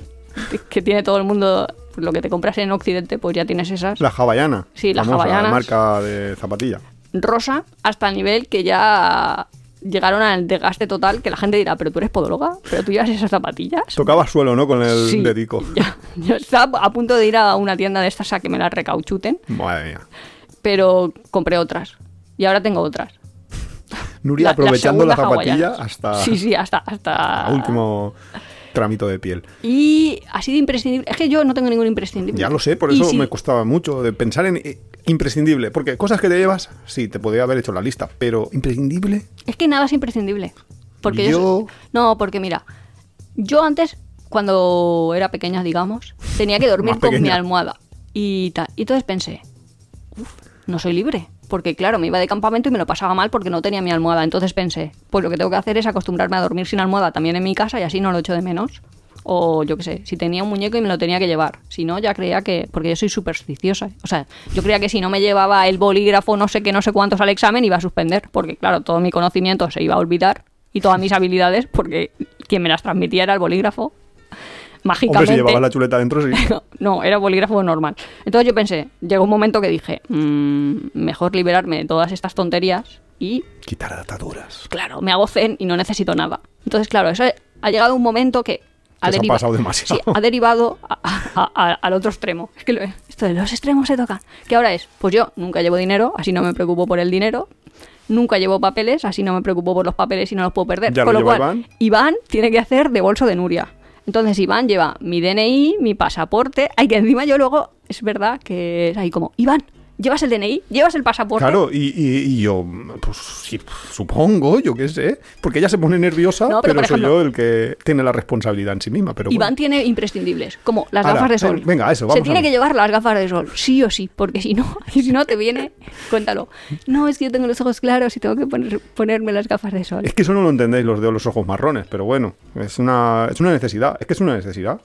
Speaker 1: que tiene todo el mundo... pues Lo que te compras en Occidente, pues ya tienes esas
Speaker 2: La hawaiana.
Speaker 1: Sí, las
Speaker 2: famosa,
Speaker 1: hawaianas.
Speaker 2: marca de zapatilla.
Speaker 1: rosa hasta el nivel que ya llegaron al desgaste total que la gente dirá, pero tú eres podóloga, pero tú llevas esas zapatillas.
Speaker 2: Tocaba suelo, ¿no? Con el
Speaker 1: Sí,
Speaker 2: dedico.
Speaker 1: Ya, yo estaba a punto de ir a una tienda de estas a que me las recauchuten,
Speaker 2: Madre mía.
Speaker 1: pero compré otras. Y ahora tengo otras.
Speaker 2: Nuria
Speaker 1: La- la
Speaker 2: aprovechando la,
Speaker 1: segunda
Speaker 2: zapatilla
Speaker 1: hawaiana.
Speaker 2: hasta
Speaker 1: Sí, sí, hasta... hasta...
Speaker 2: el último trámito de piel.
Speaker 1: Y así de imprescindible. Es que yo no tengo ningún imprescindible.
Speaker 2: Ya lo sé, por
Speaker 1: Y
Speaker 2: eso
Speaker 1: sí,
Speaker 2: me costaba mucho de pensar en eh, imprescindible. Porque cosas que te llevas, sí, te podría haber hecho la lista, pero imprescindible.
Speaker 1: Es que nada es imprescindible. Porque yo...
Speaker 2: Yo-
Speaker 1: No, porque mira, yo antes, cuando era pequeña, digamos, tenía que dormir
Speaker 2: Más
Speaker 1: con mi
Speaker 2: pequeña.
Speaker 1: almohada. Y, tal. y entonces pensé, "Uf, no soy libre. Porque claro, me iba de campamento y me lo pasaba mal porque no tenía mi almohada. Entonces pensé, pues lo que tengo que hacer es acostumbrarme a dormir sin almohada también en mi casa y así no lo echo de menos. O yo qué sé, si tenía un muñeco y me lo tenía que llevar. Si no, ya creía que... Porque yo soy supersticiosa. O sea, yo creía que si no me llevaba el bolígrafo, no sé qué, no sé cuántos al examen, iba a suspender. Porque claro, todo mi conocimiento se iba a olvidar y todas mis habilidades, porque quien me las transmitía era el bolígrafo.
Speaker 2: Hombre,
Speaker 1: Mágicamente.
Speaker 2: si llevabas la chuleta dentro, sí.
Speaker 1: No, era bolígrafo normal. Entonces yo pensé, llegó un momento que dije, "Mm, mejor liberarme de todas estas tonterías y,
Speaker 2: Quitar ataduras.
Speaker 1: claro, me hago zen y no necesito nada. Entonces, claro, eso ha llegado un momento que...
Speaker 2: Que se ha
Speaker 1: deriva-
Speaker 2: pasado demasiado.
Speaker 1: Sí, ha derivado a- a- a- al otro extremo. Es que lo- esto de los extremos se toca. ¿Qué ahora es? Pues yo nunca llevo dinero, así no me preocupo por el dinero. Nunca llevo papeles, así no me preocupo por los papeles y no los puedo perder.
Speaker 2: Ya lo
Speaker 1: Con lo
Speaker 2: lleva
Speaker 1: cual,
Speaker 2: Iván.
Speaker 1: Iván tiene que hacer de bolso de Nuria. Entonces Iván lleva mi DNI, mi pasaporte. Hay que encima yo luego, es verdad que es ahí como, Iván, ¿llevas el DNI? ¿Llevas el pasaporte?
Speaker 2: Claro, y, y- y yo, pues sí, supongo, yo qué sé. Porque ella se pone nerviosa,
Speaker 1: No, pero
Speaker 2: pero,
Speaker 1: por
Speaker 2: soy yo
Speaker 1: ejemplo-
Speaker 2: el que tiene la responsabilidad en sí misma. Pero bueno.
Speaker 1: Iván tiene imprescindibles, como las
Speaker 2: Ala,
Speaker 1: gafas de sol.
Speaker 2: ven- venga, eso,
Speaker 1: Se
Speaker 2: vamos
Speaker 1: tiene
Speaker 2: a ver.
Speaker 1: que llevar las gafas de sol, sí o sí, porque si no, y si no te viene, cuéntalo. No, es que yo tengo los ojos claros y tengo que poner- ponerme las gafas de sol.
Speaker 2: Es que eso no lo entendéis los de los ojos marrones, pero bueno, es una, es una necesidad, es que es una necesidad.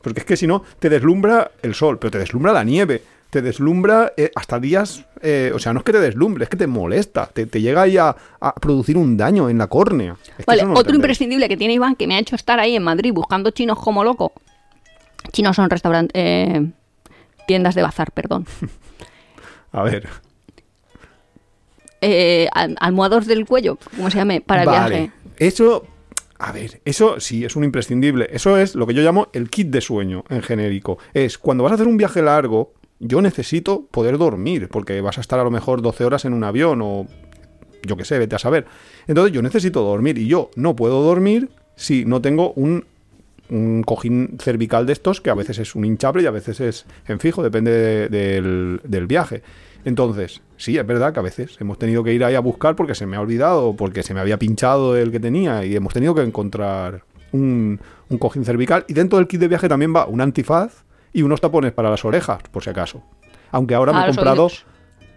Speaker 2: Porque es que si no, te deslumbra el sol, pero te deslumbra la nieve, te deslumbra eh, hasta días, eh, o sea, no es que te deslumbre, es que te molesta, te, te llega ahí a, a producir un daño en la córnea. Es que
Speaker 1: Vale,
Speaker 2: eso no lo
Speaker 1: otro
Speaker 2: entendéis.
Speaker 1: imprescindible que tiene Iván que me ha hecho estar ahí en Madrid buscando chinos como loco. Chinos son restaurantes, tiendas de bazar, perdón.
Speaker 2: A ver,
Speaker 1: Eh, al- almohados del cuello, ¿cómo se llame? Para el
Speaker 2: vale.
Speaker 1: viaje.
Speaker 2: Eso, a ver, eso sí es un imprescindible. Eso es lo que yo llamo el kit de sueño en genérico. Es cuando vas a hacer un viaje largo, yo necesito poder dormir, porque vas a estar a lo mejor 12 horas en un avión o yo qué sé, vete a saber. Entonces yo necesito dormir y yo no puedo dormir si no tengo un, un cojín cervical de estos que a veces es un hinchable y a veces es en fijo, depende de- del, del viaje. Entonces, sí, es verdad que a veces hemos tenido que ir ahí a buscar porque se me ha olvidado, porque se me había pinchado el que tenía y hemos tenido que encontrar un, un cojín cervical. Y dentro del kit de viaje también va un antifaz y unos tapones para las orejas, por si acaso. Aunque ahora me he
Speaker 1: Para Ah, los
Speaker 2: comprado...
Speaker 1: oídos.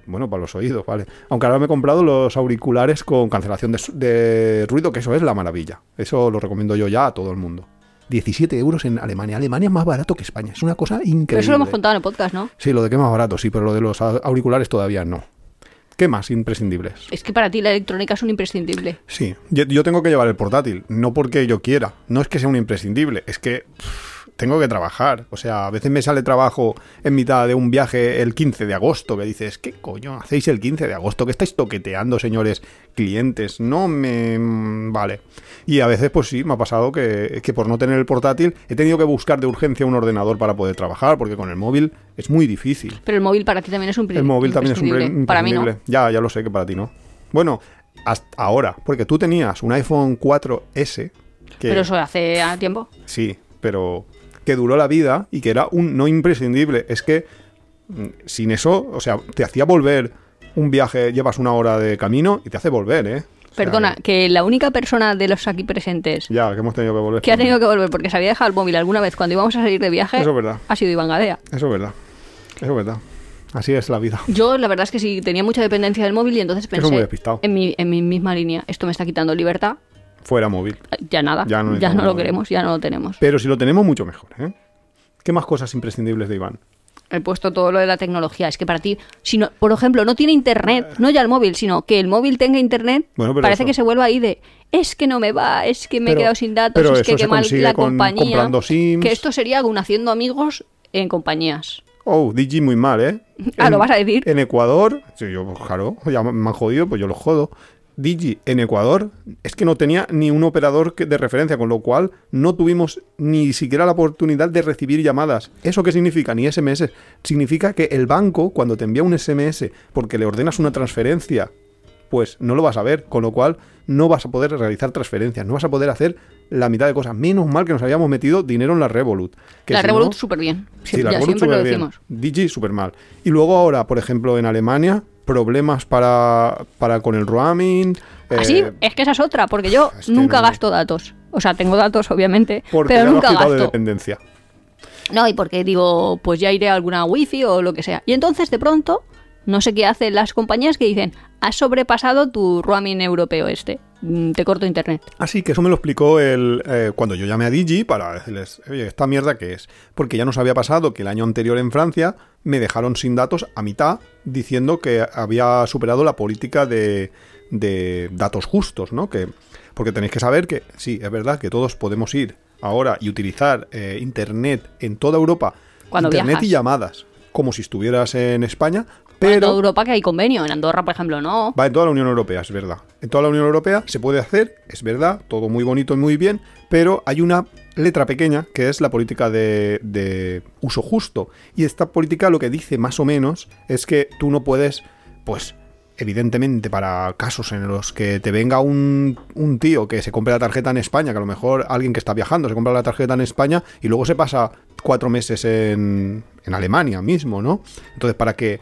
Speaker 2: Bueno, para los oídos, vale. Aunque ahora me he comprado los auriculares con cancelación de, su- de ruido, que eso es la maravilla. Eso lo recomiendo yo ya a todo el mundo. 17 euros en Alemania. Alemania es más barato que España. Es una cosa increíble.
Speaker 1: Pero eso lo hemos contado en el podcast, ¿no?
Speaker 2: Sí, lo de que es más barato, sí, pero lo de los au- auriculares todavía no. ¿Qué más imprescindibles?
Speaker 1: Es que para ti la electrónica es un imprescindible.
Speaker 2: Sí, yo, yo tengo que llevar el portátil, no porque yo quiera, no es que sea un imprescindible, es que pff, tengo que trabajar. O sea, a veces me sale trabajo en mitad de un viaje el 15 de agosto, que dices, ¿qué coño hacéis el 15 de agosto? ¿Qué estáis toqueteando, señores clientes? No me... mm, Vale. Y a veces, pues sí, me ha pasado que, que por no tener el portátil he tenido que buscar de urgencia un ordenador para poder trabajar, porque con el móvil es muy difícil.
Speaker 1: Pero el móvil para ti también es un pri-
Speaker 2: El móvil también es un
Speaker 1: imprescindible.
Speaker 2: imprescindible.
Speaker 1: Para mí no.
Speaker 2: Ya, ya lo sé que para ti no. Bueno, hasta ahora, porque tú tenías un iPhone 4S que
Speaker 1: Pero eso hace ah, tiempo.
Speaker 2: sí, pero que duró la vida y que era un no imprescindible. Es que mm, sin eso, o sea, te hacía volver un viaje, llevas una hora de camino y te hace volver, ¿eh? O sea,
Speaker 1: Perdona, que la única persona de los aquí presentes
Speaker 2: ya, que hemos tenido que volver.
Speaker 1: que ha tenido que volver porque se había dejado el móvil alguna vez cuando íbamos a salir de viaje
Speaker 2: Eso es verdad.
Speaker 1: ha sido Iván Gadea.
Speaker 2: Eso es verdad. Eso es verdad. Así es la vida.
Speaker 1: Yo la verdad es que sí tenía mucha dependencia del móvil y entonces pensé
Speaker 2: muy despistado.
Speaker 1: en mi, en mi misma línea, esto me está quitando libertad,
Speaker 2: Fuera móvil.
Speaker 1: ya nada,
Speaker 2: Ya
Speaker 1: ya
Speaker 2: no
Speaker 1: no,
Speaker 2: necesitamos
Speaker 1: lo
Speaker 2: móvil.
Speaker 1: queremos, ya no lo tenemos.
Speaker 2: Pero si lo tenemos, mucho mejor, ¿eh? ¿Qué más cosas imprescindibles de Iván?
Speaker 1: He puesto todo lo de la tecnología, es que para ti, si no- por ejemplo, no tiene internet, no ya el móvil, sino que el móvil tenga internet,
Speaker 2: Bueno, pero
Speaker 1: parece
Speaker 2: eso-
Speaker 1: que se vuelva ahí de es que no me va, es que me
Speaker 2: Pero-
Speaker 1: he quedado sin datos,
Speaker 2: pero
Speaker 1: es que
Speaker 2: eso se
Speaker 1: qué mal
Speaker 2: consigue
Speaker 1: la
Speaker 2: con-
Speaker 1: compañía,
Speaker 2: comprando Sims.
Speaker 1: que esto sería un haciendo amigos en compañías.
Speaker 2: Oh, DJ muy mal, ¿eh?
Speaker 1: Ah,
Speaker 2: En-
Speaker 1: ¿lo vas a decir?
Speaker 2: En Ecuador, sí, yo, pues, claro, ya me me han jodido, pues yo los jodo. Digi en Ecuador es que no tenía ni un operador que- de referencia, con lo cual no tuvimos ni siquiera la oportunidad de recibir llamadas. ¿Eso qué significa? Ni SMS. Significa que el banco, cuando te envía un SMS porque le ordenas una transferencia, pues no lo vas a ver, con lo cual no vas a poder realizar transferencias, no vas a poder hacer la mitad de cosas. Menos mal que nos habíamos metido dinero en la Revolut. que
Speaker 1: la
Speaker 2: si no-
Speaker 1: Revolut súper bien,
Speaker 2: Sí, la
Speaker 1: ya
Speaker 2: Revolut
Speaker 1: siempre lo
Speaker 2: superbién.
Speaker 1: decimos.
Speaker 2: Digi súper mal. Y luego ahora, por ejemplo, en Alemania, problemas para, para con el roaming. eh,
Speaker 1: Así, es que esa es otra, porque yo
Speaker 2: es que
Speaker 1: nunca
Speaker 2: no-
Speaker 1: gasto datos. O sea, tengo datos, obviamente,
Speaker 2: porque ya
Speaker 1: pero
Speaker 2: lo has
Speaker 1: nunca
Speaker 2: quitado de
Speaker 1: gasto.
Speaker 2: dependencia.
Speaker 1: No, y porque digo, pues ya iré a alguna wifi o lo que sea. Y entonces, de pronto, no sé qué hacen las compañías que dicen, has sobrepasado tu roaming europeo este. Mm, Te corto internet.
Speaker 2: Así que eso me lo explicó el, eh, cuando yo llamé a Digi para decirles, oye, ¿esta mierda qué es? Porque ya nos había pasado que el año anterior en Francia me dejaron sin datos a mitad diciendo que había superado la política de, de datos justos, ¿no? Que, porque tenéis que saber que sí, es verdad que todos podemos ir ahora y utilizar eh, Internet en toda Europa,
Speaker 1: Cuando
Speaker 2: Internet y
Speaker 1: viajas.
Speaker 2: llamadas, como si estuvieras en España,
Speaker 1: En toda
Speaker 2: pero...
Speaker 1: Europa que hay convenio, en Andorra, por ejemplo, no.
Speaker 2: Va en toda la Unión Europea, es verdad. En toda la Unión Europea se puede hacer, es verdad, todo muy bonito y muy bien, pero hay una letra pequeña que es la política de, de uso justo. Y esta política lo que dice más o menos es que tú no puedes, pues, evidentemente para casos en los que te venga un, un tío que se compre la tarjeta en España, que a lo mejor alguien que está viajando se compra la tarjeta en España y luego se pasa cuatro meses en, en Alemania mismo, ¿no? Entonces, para que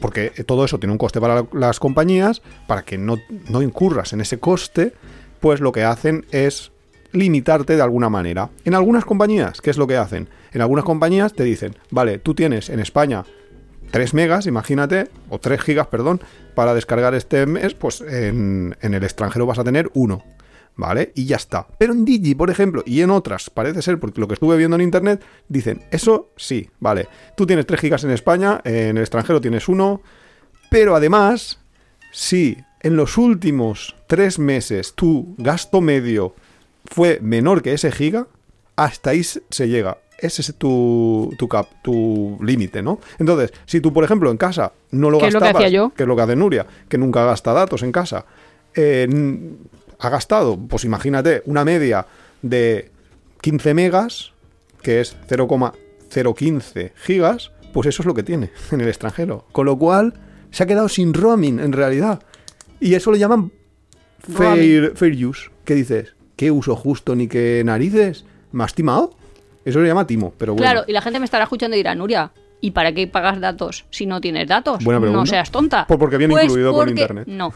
Speaker 2: porque todo eso tiene un coste para la- las compañías, para que no, no incurras en ese coste, pues lo que hacen es limitarte de alguna manera. En algunas compañías, ¿qué es lo que hacen? En algunas compañías te dicen, vale, tú tienes en España 3 megas, imagínate, o 3 gigas, perdón, para descargar este mes, pues en, en el extranjero vas a tener uno. ¿Vale? Y ya está. Pero en Digi, por ejemplo, y en otras, parece ser, porque lo que estuve viendo en internet, dicen, eso sí, vale. Tú tienes 3 gigas en España, en el extranjero tienes uno, pero además, si en los últimos 3 meses tu gasto medio fue menor que ese giga, hasta ahí se se llega. Ese es tu, tu cap, tu límite, ¿no? Entonces, si tú, por ejemplo, en casa no lo
Speaker 1: Que es lo que
Speaker 2: gastabas,
Speaker 1: hacía yo.
Speaker 2: que es lo que hace Nuria, que nunca gasta datos en casa, eh, n- ha gastado, pues imagínate, una media de 15 megas, que es 0,015 gigas, pues eso es lo que tiene en el extranjero. Con lo cual, se ha quedado sin roaming en realidad. Y eso lo llaman fair, fair use. ¿Qué dices? ¿Qué uso justo ni qué narices? ¿Me has timado? Eso se llama timo, pero bueno.
Speaker 1: Claro, y la gente me estará escuchando y dirá, Nuria, ¿y para qué pagas datos si no tienes datos?
Speaker 2: Buena pregunta.
Speaker 1: No seas tonta.
Speaker 2: Pues porque viene incluido con
Speaker 1: porque-
Speaker 2: internet.
Speaker 1: No.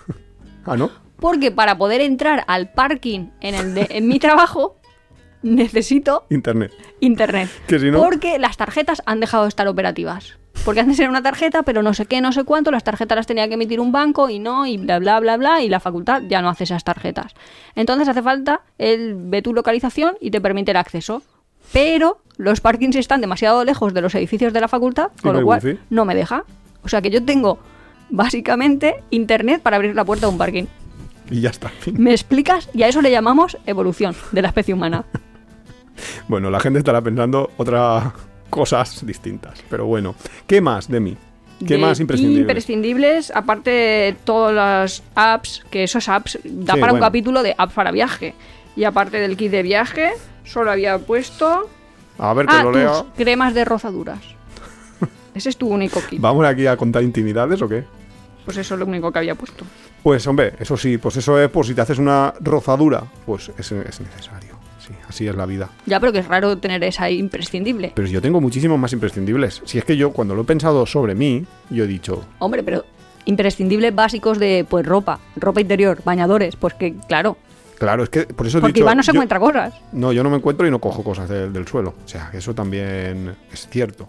Speaker 2: Ah, ¿no?
Speaker 1: Porque para poder entrar al parking en, el de- en mi trabajo, necesito
Speaker 2: Internet.
Speaker 1: internet.
Speaker 2: Que si no-
Speaker 1: Porque las tarjetas han dejado de estar operativas. Porque antes era una tarjeta, pero no sé qué, no sé cuánto, las tarjetas las tenía que emitir un banco y no, y bla, bla, bla, bla, y la facultad ya no hace esas tarjetas. Entonces hace falta el ve tu localización y te permite el acceso. pero los parkings están demasiado lejos de los edificios de la facultad,
Speaker 2: Y
Speaker 1: con
Speaker 2: no
Speaker 1: lo
Speaker 2: hay
Speaker 1: cual
Speaker 2: wifi.
Speaker 1: no me deja. O sea que yo tengo básicamente internet para abrir la puerta de un parking.
Speaker 2: Y ya está. fin.
Speaker 1: ¿Me explicas? Y a eso le llamamos evolución de la especie humana.
Speaker 2: Bueno, la gente estará pensando otras cosas distintas. Pero bueno, ¿qué más de mí? ¿Qué
Speaker 1: de
Speaker 2: más imprescindible?
Speaker 1: imprescindibles, aparte de todas las apps, que esas apps da
Speaker 2: Sí,
Speaker 1: para un
Speaker 2: bueno.
Speaker 1: capítulo de app para viaje. Y aparte del kit de viaje, solo había puesto.
Speaker 2: A ver que
Speaker 1: Ah,
Speaker 2: lo
Speaker 1: tus
Speaker 2: lea.
Speaker 1: cremas de rozaduras. Ese es tu único kit.
Speaker 2: ¿Vamos aquí a contar intimidades o qué?
Speaker 1: Pues eso es lo único que había puesto.
Speaker 2: Pues hombre, eso sí, pues eso es por si te haces una rozadura, pues es, es necesario. Sí, así es la vida.
Speaker 1: Ya, pero que es raro tener esa imprescindible.
Speaker 2: Pero yo tengo muchísimos más imprescindibles. Si es que yo cuando lo he pensado sobre mí, yo he dicho,
Speaker 1: Hombre, pero imprescindibles básicos de pues ropa, ropa interior, bañadores, pues que claro.
Speaker 2: claro, es que por eso he
Speaker 1: Porque
Speaker 2: dicho...
Speaker 1: Iván no se
Speaker 2: yo-
Speaker 1: encuentra cosas.
Speaker 2: No, yo no me encuentro y no cojo cosas del- del suelo. O sea, eso también es cierto.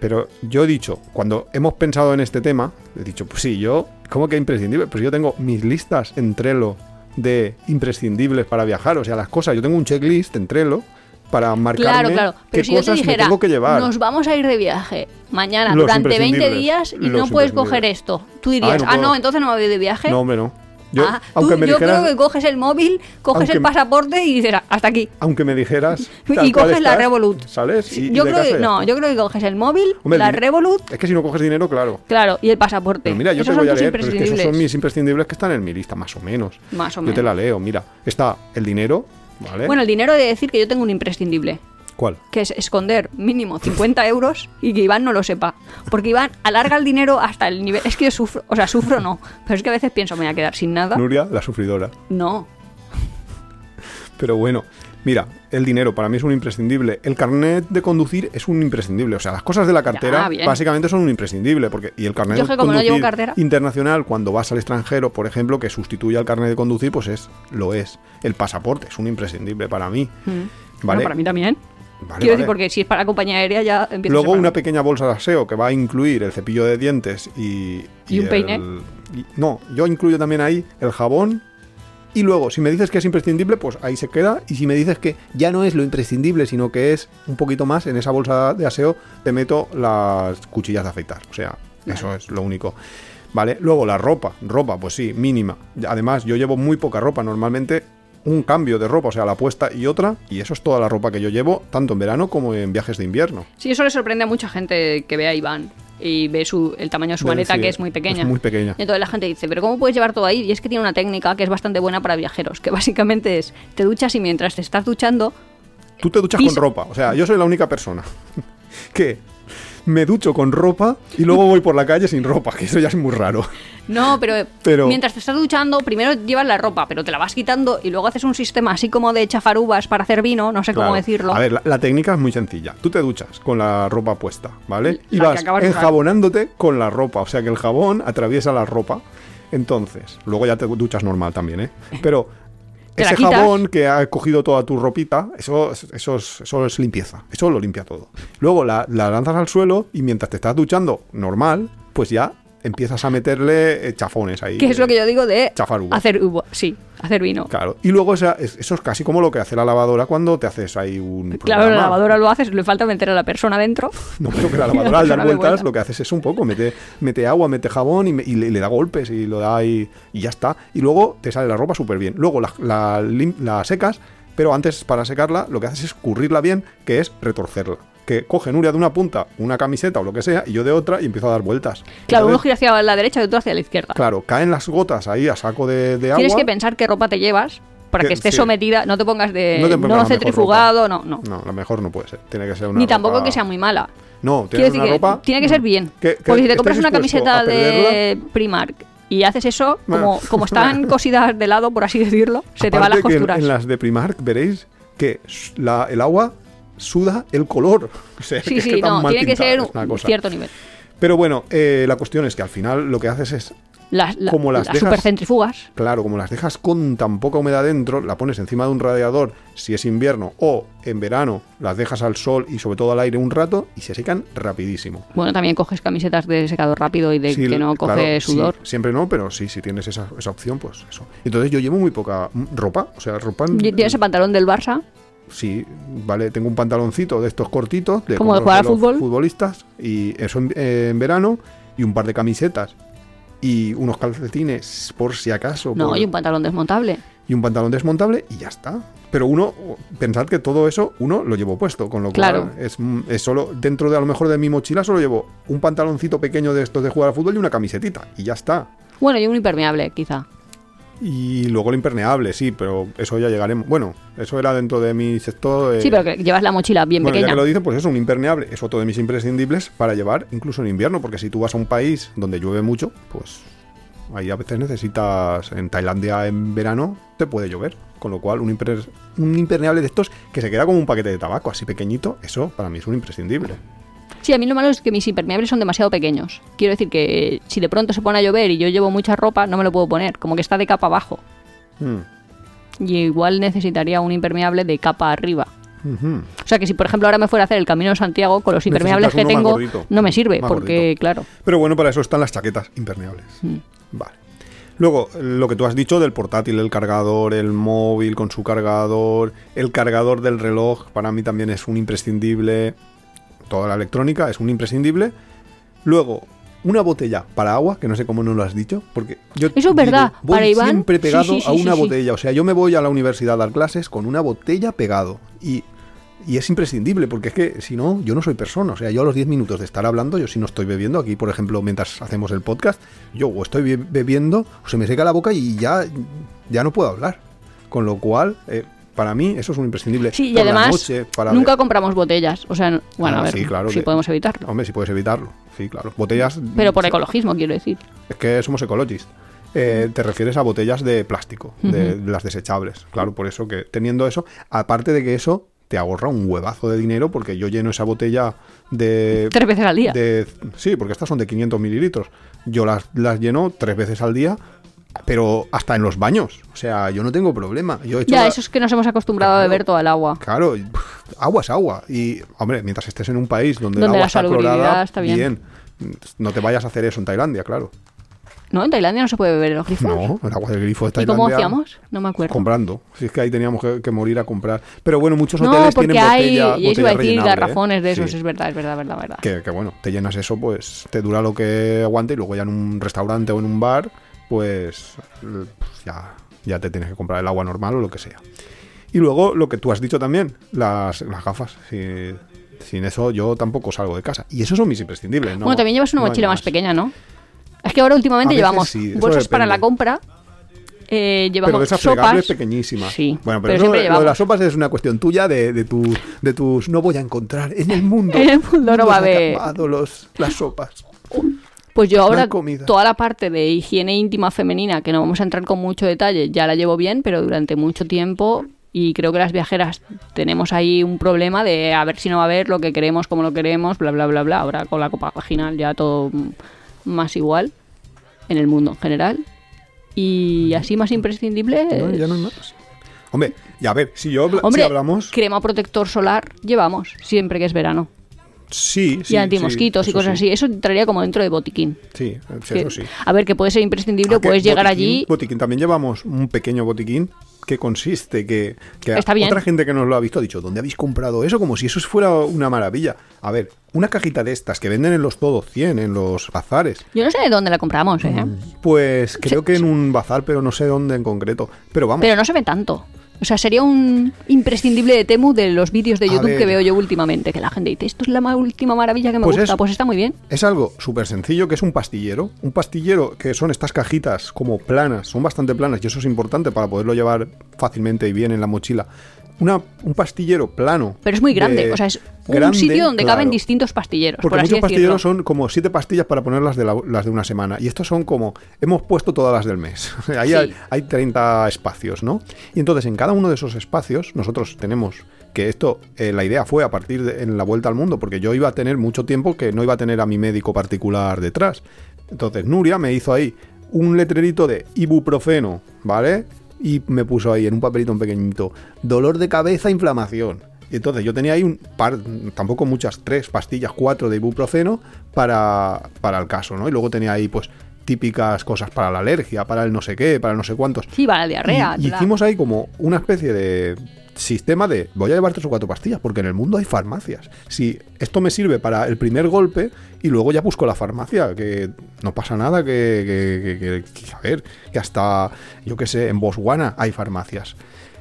Speaker 2: Pero yo he dicho, cuando hemos pensado en este tema, he dicho, pues sí, yo, ¿cómo que imprescindible? Pues yo tengo mis listas en Trello de imprescindibles para viajar. O sea, las cosas, yo tengo un checklist en Trello para
Speaker 1: Claro,
Speaker 2: marcarme
Speaker 1: claro. Pero
Speaker 2: qué
Speaker 1: si yo te
Speaker 2: cosas
Speaker 1: dijera,
Speaker 2: me tengo que llevar.
Speaker 1: nos vamos a ir de viaje mañana
Speaker 2: Los
Speaker 1: durante 20
Speaker 2: imprescindibles,
Speaker 1: días y no
Speaker 2: los
Speaker 1: puedes
Speaker 2: imprescindibles.
Speaker 1: coger esto, tú dirías,
Speaker 2: no
Speaker 1: ah, no,
Speaker 2: puedo".
Speaker 1: entonces no me voy de viaje.
Speaker 2: No, hombre, no. Yo,
Speaker 1: Ah, tú-
Speaker 2: aunque, me
Speaker 1: yo
Speaker 2: dijeras,
Speaker 1: creo que coges el móvil, coges
Speaker 2: aunque
Speaker 1: el
Speaker 2: me-
Speaker 1: pasaporte y dices, "Ah, hasta aquí.
Speaker 2: aunque me dijeras...
Speaker 1: Y
Speaker 2: tal cual
Speaker 1: coges la
Speaker 2: estás,
Speaker 1: Revolut.
Speaker 2: ¿Sales? Y, y
Speaker 1: yo
Speaker 2: de
Speaker 1: creo que,
Speaker 2: casa ya
Speaker 1: no,
Speaker 2: está.
Speaker 1: yo creo que coges el móvil,
Speaker 2: Hombre,
Speaker 1: la
Speaker 2: el-
Speaker 1: Revolut,
Speaker 2: Es que si no coges dinero, claro.
Speaker 1: claro, y el pasaporte.
Speaker 2: Pero mira, yo
Speaker 1: Esos
Speaker 2: te voy
Speaker 1: son
Speaker 2: a
Speaker 1: tus
Speaker 2: leer, pero es que esos
Speaker 1: imprescindibles.
Speaker 2: son mis imprescindibles que están en mi lista, más o menos.
Speaker 1: Más o
Speaker 2: Yo te
Speaker 1: menos.
Speaker 2: la leo, mira. Está el dinero, ¿vale?
Speaker 1: Bueno, el dinero he de decir que yo tengo un imprescindible,
Speaker 2: ¿Cuál?
Speaker 1: que es esconder mínimo 50 euros y que Iván no lo sepa. Porque Iván alarga el dinero hasta el nivel... Es que yo sufro, o sea, sufro no, pero es que a veces pienso, me voy a quedar sin nada.
Speaker 2: Nuria, la sufridora.
Speaker 1: No.
Speaker 2: Pero bueno, mira, el dinero para mí es un imprescindible. El carnet de conducir es un imprescindible. O sea, las cosas de la cartera
Speaker 1: Ya, bien.
Speaker 2: básicamente son un imprescindible. Porque, y el carnet
Speaker 1: Yo es
Speaker 2: de
Speaker 1: que como no
Speaker 2: conducir
Speaker 1: llevo cartera.
Speaker 2: internacional, cuando vas al extranjero, por ejemplo, que sustituye al carnet de conducir, pues es, lo es. El pasaporte es un imprescindible para mí.
Speaker 1: Bueno,
Speaker 2: ¿Vale?
Speaker 1: Mm. para mí también.
Speaker 2: Vale,
Speaker 1: Quiero decir,
Speaker 2: vale.
Speaker 1: porque si es para compañía aérea ya empieza
Speaker 2: Luego
Speaker 1: a separar.
Speaker 2: una pequeña bolsa de aseo que va a incluir el cepillo de dientes y...
Speaker 1: ¿Y un peine?
Speaker 2: y- no, yo incluyo también ahí el jabón. Y luego, si me dices que es imprescindible, pues ahí se queda. Y si me dices que ya no es lo imprescindible, sino que es un poquito más, en esa bolsa de aseo te meto las cuchillas de afeitar. O sea, eso es lo único. ¿Vale? Luego la ropa. Ropa, pues sí, mínima. Además, yo llevo muy poca ropa. Normalmente un cambio de ropa, o sea, la puesta y otra. Y eso es toda la ropa que yo llevo, tanto en verano como en viajes de invierno.
Speaker 1: Sí, eso le sorprende a mucha gente que ve a Iván y ve su, el tamaño de su
Speaker 2: Debe
Speaker 1: maleta,
Speaker 2: ser,
Speaker 1: que es muy pequeña.
Speaker 2: eh, es muy pequeña.
Speaker 1: Y entonces la gente dice, ¿pero cómo puedes llevar todo ahí? Y es que tiene una técnica que es bastante buena para viajeros, que básicamente es, te duchas y mientras te estás duchando,
Speaker 2: Tú te duchas
Speaker 1: Pis-
Speaker 2: con ropa. O sea, yo soy la única persona que me ducho con ropa y luego voy por la calle sin ropa, que eso ya es muy raro.
Speaker 1: no, pero,
Speaker 2: Pero-
Speaker 1: mientras te estás duchando, primero llevas la ropa, pero te la vas quitando y luego haces un sistema así como de chafar uvas para hacer vino, no sé
Speaker 2: Claro.
Speaker 1: cómo decirlo.
Speaker 2: A ver, la, la técnica es muy sencilla. Tú te duchas con la ropa puesta, ¿vale? Y
Speaker 1: La que
Speaker 2: vas
Speaker 1: acabas de usar.
Speaker 2: enjabonándote con la ropa. O sea que el jabón atraviesa la ropa. Entonces, luego ya te duchas normal también, ¿eh? Pero
Speaker 1: Te la
Speaker 2: ese
Speaker 1: quitas.
Speaker 2: jabón que ha cogido toda tu ropita, eso, es- eso, es, eso es limpieza. Eso lo limpia todo. Luego la, la lanzas al suelo y mientras te estás duchando normal, pues ya empiezas a meterle eh, chafones ahí.
Speaker 1: que es lo que yo digo de
Speaker 2: Chafar uvas.
Speaker 1: hacer uva, sí, hacer vino.
Speaker 2: Claro. Y luego esa- es- eso es casi como lo que hace la lavadora cuando te haces ahí un
Speaker 1: Claro, la
Speaker 2: programa.
Speaker 1: lavadora lo haces, le falta meter a la persona dentro.
Speaker 2: No, pero que la lavadora al
Speaker 1: Una
Speaker 2: dar
Speaker 1: vez
Speaker 2: vueltas
Speaker 1: vuelta.
Speaker 2: lo que haces es un poco, mete, mete agua, mete jabón y, me- y le, le da golpes y lo da y, y ya está. Y luego te sale la ropa súper bien. Luego la, la lim- la secas, pero antes para secarla lo que haces es currirla bien, que es retorcerla. Que coge Nuria de una punta una camiseta o lo que sea y yo de otra y empiezo a dar vueltas.
Speaker 1: Claro, uno
Speaker 2: Entonces,
Speaker 1: gira hacia la derecha y otro hacia la izquierda.
Speaker 2: Claro, caen las gotas ahí a saco de, de agua.
Speaker 1: Tienes que pensar qué ropa te llevas para que,
Speaker 2: Que-
Speaker 1: estés
Speaker 2: sí.
Speaker 1: sometida, no te pongas de
Speaker 2: No te pongas la mejor
Speaker 1: centrifugado, no, no.
Speaker 2: No, a lo mejor no puede ser. Tiene que ser una
Speaker 1: Ni tampoco
Speaker 2: ropa-
Speaker 1: que sea muy mala.
Speaker 2: No, tiene
Speaker 1: Quiero
Speaker 2: que
Speaker 1: decir
Speaker 2: una
Speaker 1: que
Speaker 2: ropa... mm.
Speaker 1: tiene que ser bien.
Speaker 2: Que- que
Speaker 1: Porque si te
Speaker 2: estés
Speaker 1: compras una
Speaker 2: dispuesto
Speaker 1: camiseta
Speaker 2: a perderla-
Speaker 1: de Primark y haces eso,
Speaker 2: Bueno.
Speaker 1: como, como están cosidas de lado, por así decirlo, se te van las
Speaker 2: Aparte que en-
Speaker 1: costuras.
Speaker 2: En, las de Primark veréis que s- la- el agua suda el color. O sea, que
Speaker 1: Sí,
Speaker 2: es que
Speaker 1: sí,
Speaker 2: tan
Speaker 1: no,
Speaker 2: mal
Speaker 1: tiene que
Speaker 2: pintada
Speaker 1: ser
Speaker 2: es una
Speaker 1: un
Speaker 2: cosa.
Speaker 1: cierto nivel.
Speaker 2: Pero bueno, eh, la cuestión es que al final lo que haces es,
Speaker 1: Las, la-
Speaker 2: Como las
Speaker 1: las
Speaker 2: dejas-
Speaker 1: supercentrifugas.
Speaker 2: claro, como las dejas con tan poca humedad dentro, la pones encima de un radiador si es invierno o en verano, las dejas al sol y sobre todo al aire un rato y se secan rapidísimo.
Speaker 1: Bueno, también coges camisetas de secador rápido y de
Speaker 2: Sí,
Speaker 1: que no coge
Speaker 2: claro, sí,
Speaker 1: sudor.
Speaker 2: siempre no, pero sí, si tienes esa, esa opción, pues eso. Entonces yo llevo muy poca mm, ropa, o sea, ropa...
Speaker 1: Y Tienes el pantalón del Barça,
Speaker 2: Sí, vale, tengo un pantaloncito de estos cortitos, de como
Speaker 1: ¿Como de
Speaker 2: los
Speaker 1: jugar al
Speaker 2: los
Speaker 1: fútbol?
Speaker 2: futbolistas, y eso en, eh, en verano, y un par de camisetas, y unos calcetines, por si acaso,
Speaker 1: No,
Speaker 2: por-
Speaker 1: y un pantalón desmontable.
Speaker 2: y un pantalón desmontable, y ya está. Pero uno, pensad que todo eso, uno lo llevo puesto, con lo
Speaker 1: Claro.
Speaker 2: cual es, es solo, dentro de a lo mejor de mi mochila, solo llevo un pantaloncito pequeño de estos de jugar al fútbol y una camisetita, y ya está.
Speaker 1: Bueno, y un impermeable, quizá.
Speaker 2: Y luego el impermeable, sí, pero eso ya llegaremos. Bueno, eso era dentro de mi sector. eh,
Speaker 1: Sí, pero que llevas la mochila bien
Speaker 2: bueno, ya
Speaker 1: pequeña.
Speaker 2: que lo dicen, pues es un impermeable. Es otro de mis imprescindibles para llevar incluso en invierno, porque si tú vas a un país donde llueve mucho, pues ahí a veces necesitas. En Tailandia en verano te puede llover. Con lo cual, un, imper- un impermeable de estos que se queda como un paquete de tabaco, así pequeñito, eso para mí es un imprescindible.
Speaker 1: Sí, a mí lo malo es que mis impermeables son demasiado pequeños. Quiero decir que si de pronto se pone a llover y yo llevo mucha ropa, no me lo puedo poner, como que está de capa abajo.
Speaker 2: Mm,
Speaker 1: Y igual necesitaría un impermeable de capa arriba.
Speaker 2: ujú.
Speaker 1: O sea que si por ejemplo ahora me fuera a hacer el Camino de Santiago con los impermeables que
Speaker 2: Necesitas uno
Speaker 1: tengo,
Speaker 2: más gordito.
Speaker 1: no me sirve,
Speaker 2: Más
Speaker 1: porque
Speaker 2: gordito.
Speaker 1: claro.
Speaker 2: Pero bueno, para eso están las chaquetas impermeables.
Speaker 1: Mm.
Speaker 2: Vale. Luego, lo que tú has dicho del portátil, el cargador, el móvil con su cargador, el cargador del reloj, para mí también es un imprescindible. Toda la electrónica es un imprescindible. Luego, una botella para agua, que no sé cómo no lo has dicho, porque yo
Speaker 1: Eso es verdad,
Speaker 2: voy
Speaker 1: para Iván,
Speaker 2: siempre
Speaker 1: sí,
Speaker 2: pegado
Speaker 1: sí, sí,
Speaker 2: a
Speaker 1: sí,
Speaker 2: una
Speaker 1: sí.
Speaker 2: botella, o sea, yo me voy a la universidad a dar clases con una botella pegado y y es imprescindible, porque es que si no, yo no soy persona. O sea, yo a los 10 minutos de estar hablando, yo si no estoy bebiendo, aquí por ejemplo, mientras hacemos el podcast, yo o estoy be- bebiendo, o se me seca la boca y ya, ya no puedo hablar. Con lo cual, eh, para mí, eso es un imprescindible.
Speaker 1: Sí, y
Speaker 2: Por la
Speaker 1: además
Speaker 2: noche, para
Speaker 1: nunca
Speaker 2: ver-
Speaker 1: compramos botellas. O sea, no- bueno,
Speaker 2: Ah,
Speaker 1: a ver
Speaker 2: sí, claro
Speaker 1: si
Speaker 2: que-
Speaker 1: podemos evitarlo.
Speaker 2: Hombre, si puedes evitarlo. Sí, claro. Botellas.
Speaker 1: Pero por ecologismo, quiero decir.
Speaker 2: Es que somos ecologistas. Eh, te refieres a botellas de plástico, de, de las desechables. Claro, por eso que teniendo eso, aparte de que eso te ahorra un huevazo de dinero, porque yo lleno esa botella de.
Speaker 1: Tres veces al día.
Speaker 2: de- sí, porque estas son de 500 mililitros. Yo las, las lleno tres veces al día, pero hasta en los baños. O sea, yo no tengo problema. Yo he hecho
Speaker 1: Ya,
Speaker 2: la-
Speaker 1: eso es que nos hemos acostumbrado a
Speaker 2: Claro.
Speaker 1: beber toda el agua.
Speaker 2: Claro, y, pff, agua es agua. Y, hombre, mientras estés en un país donde,
Speaker 1: Donde
Speaker 2: el
Speaker 1: la
Speaker 2: agua está
Speaker 1: salubridad
Speaker 2: clorada,
Speaker 1: está bien.
Speaker 2: No te vayas a hacer eso en Tailandia, claro.
Speaker 1: No, en Tailandia no se puede beber en los grifos.
Speaker 2: No, el agua del grifo de
Speaker 1: ¿Y
Speaker 2: Tailandia.
Speaker 1: cómo hacíamos? No me acuerdo.
Speaker 2: Comprando. Si es que ahí teníamos que, que morir a comprar. Pero bueno, muchos
Speaker 1: No,
Speaker 2: hoteles
Speaker 1: porque
Speaker 2: tienen
Speaker 1: hay,
Speaker 2: botella,
Speaker 1: y eso iba
Speaker 2: botella
Speaker 1: a decir
Speaker 2: rellenable, ¿eh?
Speaker 1: garrafones de esos,
Speaker 2: Sí.
Speaker 1: es verdad, es verdad, verdad, verdad.
Speaker 2: Que, que bueno, te llenas eso, pues te dura lo que aguante y luego ya en un restaurante o en un bar, pues, l- pues ya, ya te tienes que comprar el agua normal o lo que sea. Y luego lo que tú has dicho también, las, las gafas. Si- sin eso yo tampoco salgo de casa. Y esos son mis imprescindibles, ¿no?
Speaker 1: bueno, también llevas una
Speaker 2: no hay
Speaker 1: mochila más.
Speaker 2: más.
Speaker 1: pequeña, ¿no? Es que ahora
Speaker 2: A
Speaker 1: últimamente
Speaker 2: veces
Speaker 1: llevamos
Speaker 2: sí, eso
Speaker 1: bolsas para
Speaker 2: depende.
Speaker 1: la compra, eh, llevamos
Speaker 2: Pero de esas
Speaker 1: sopas.
Speaker 2: plegables pequeñísimas.
Speaker 1: Sí,
Speaker 2: Bueno,
Speaker 1: pero
Speaker 2: pero,
Speaker 1: siempre
Speaker 2: eso, lo
Speaker 1: llevamos.
Speaker 2: de las sopas es una cuestión tuya de, de, tu- de tus no voy a encontrar en el mundo.
Speaker 1: En el mundo no va a
Speaker 2: se han
Speaker 1: haber.
Speaker 2: acabado los- las sopas.
Speaker 1: Pues yo ahora
Speaker 2: hay comida.
Speaker 1: toda la parte de higiene íntima femenina, que no vamos a entrar con mucho detalle, ya la llevo bien, pero durante mucho tiempo, y creo que las viajeras tenemos ahí un problema de a ver si no va a haber lo que queremos, como lo queremos, bla, bla, bla, bla. Ahora con la copa vaginal ya todo mm, más igual en el mundo en general. Y así más imprescindible.
Speaker 2: No, ya no hay más. Hombre, ya a ver, si yo habla- si
Speaker 1: Eh. Hombre,
Speaker 2: hablamos.
Speaker 1: crema protector solar llevamos siempre que es verano.
Speaker 2: Sí, sí.
Speaker 1: y antimosquitos
Speaker 2: sí,
Speaker 1: y
Speaker 2: eso
Speaker 1: cosas
Speaker 2: sí.
Speaker 1: así. Eso entraría como dentro de botiquín.
Speaker 2: Sí, eh, sí,
Speaker 1: Que-
Speaker 2: eso sí.
Speaker 1: A ver, que puede ser imprescindible,
Speaker 2: Ah, que
Speaker 1: puedes llegar
Speaker 2: botiquín-
Speaker 1: allí.
Speaker 2: Botiquín, también llevamos un pequeño botiquín que consiste que, que
Speaker 1: Está bien.
Speaker 2: otra gente que nos lo ha visto ha dicho, ¿dónde habéis comprado eso? Como si eso fuera una maravilla. A ver, una cajita de estas que venden en los todo 100, en los bazares.
Speaker 1: Yo no sé de dónde la compramos, ¿eh?
Speaker 2: Pues creo que en un bazar, pero no sé dónde en concreto. Pero vamos.
Speaker 1: Pero no se ve tanto. O sea, sería un imprescindible de Temu de los vídeos de
Speaker 2: A
Speaker 1: YouTube
Speaker 2: ver.
Speaker 1: que veo yo últimamente. Que la gente dice, esto es la ma- última maravilla que me
Speaker 2: Pues
Speaker 1: gusta.
Speaker 2: es-
Speaker 1: Pues está muy bien.
Speaker 2: Es algo súper sencillo que es un pastillero. Un pastillero que son estas cajitas como planas, son bastante planas y eso es importante para poderlo llevar fácilmente y bien en la mochila. Una- un pastillero plano.
Speaker 1: Pero es muy grande.
Speaker 2: de-
Speaker 1: o sea, es un
Speaker 2: grande,
Speaker 1: sitio donde
Speaker 2: claro.
Speaker 1: caben distintos pastilleros.
Speaker 2: Porque
Speaker 1: por así
Speaker 2: muchos
Speaker 1: decirlo.
Speaker 2: pastilleros son como siete pastillas para ponerlas de la- las de una semana. Y estos son como, hemos puesto todas las del mes. Ahí
Speaker 1: Sí.
Speaker 2: hay, hay 30 espacios, ¿no? Y entonces en cada uno de esos espacios nosotros tenemos que esto, eh, la idea fue a partir de en la vuelta al mundo, porque yo iba a tener mucho tiempo que no iba a tener a mi médico particular detrás. Entonces Nuria me hizo ahí un letrerito de ibuprofeno, ¿vale? Y me puso ahí en un papelito un pequeñito, dolor de cabeza, inflamación. Y entonces yo tenía ahí un par, tampoco muchas, tres pastillas, cuatro de ibuprofeno para, para el caso, ¿no? Y luego tenía ahí, pues, típicas cosas para la alergia, para el no sé qué, para el no sé cuántos.
Speaker 1: Sí, va la diarrea.
Speaker 2: Y- y
Speaker 1: la-
Speaker 2: hicimos ahí como una especie de sistema de voy a llevar tres o cuatro pastillas, porque en el mundo hay farmacias. Si esto me sirve para el primer golpe y luego ya busco la farmacia, que no pasa nada, que, que, que- que- que- a ver, que hasta, yo qué sé, en Botswana hay farmacias.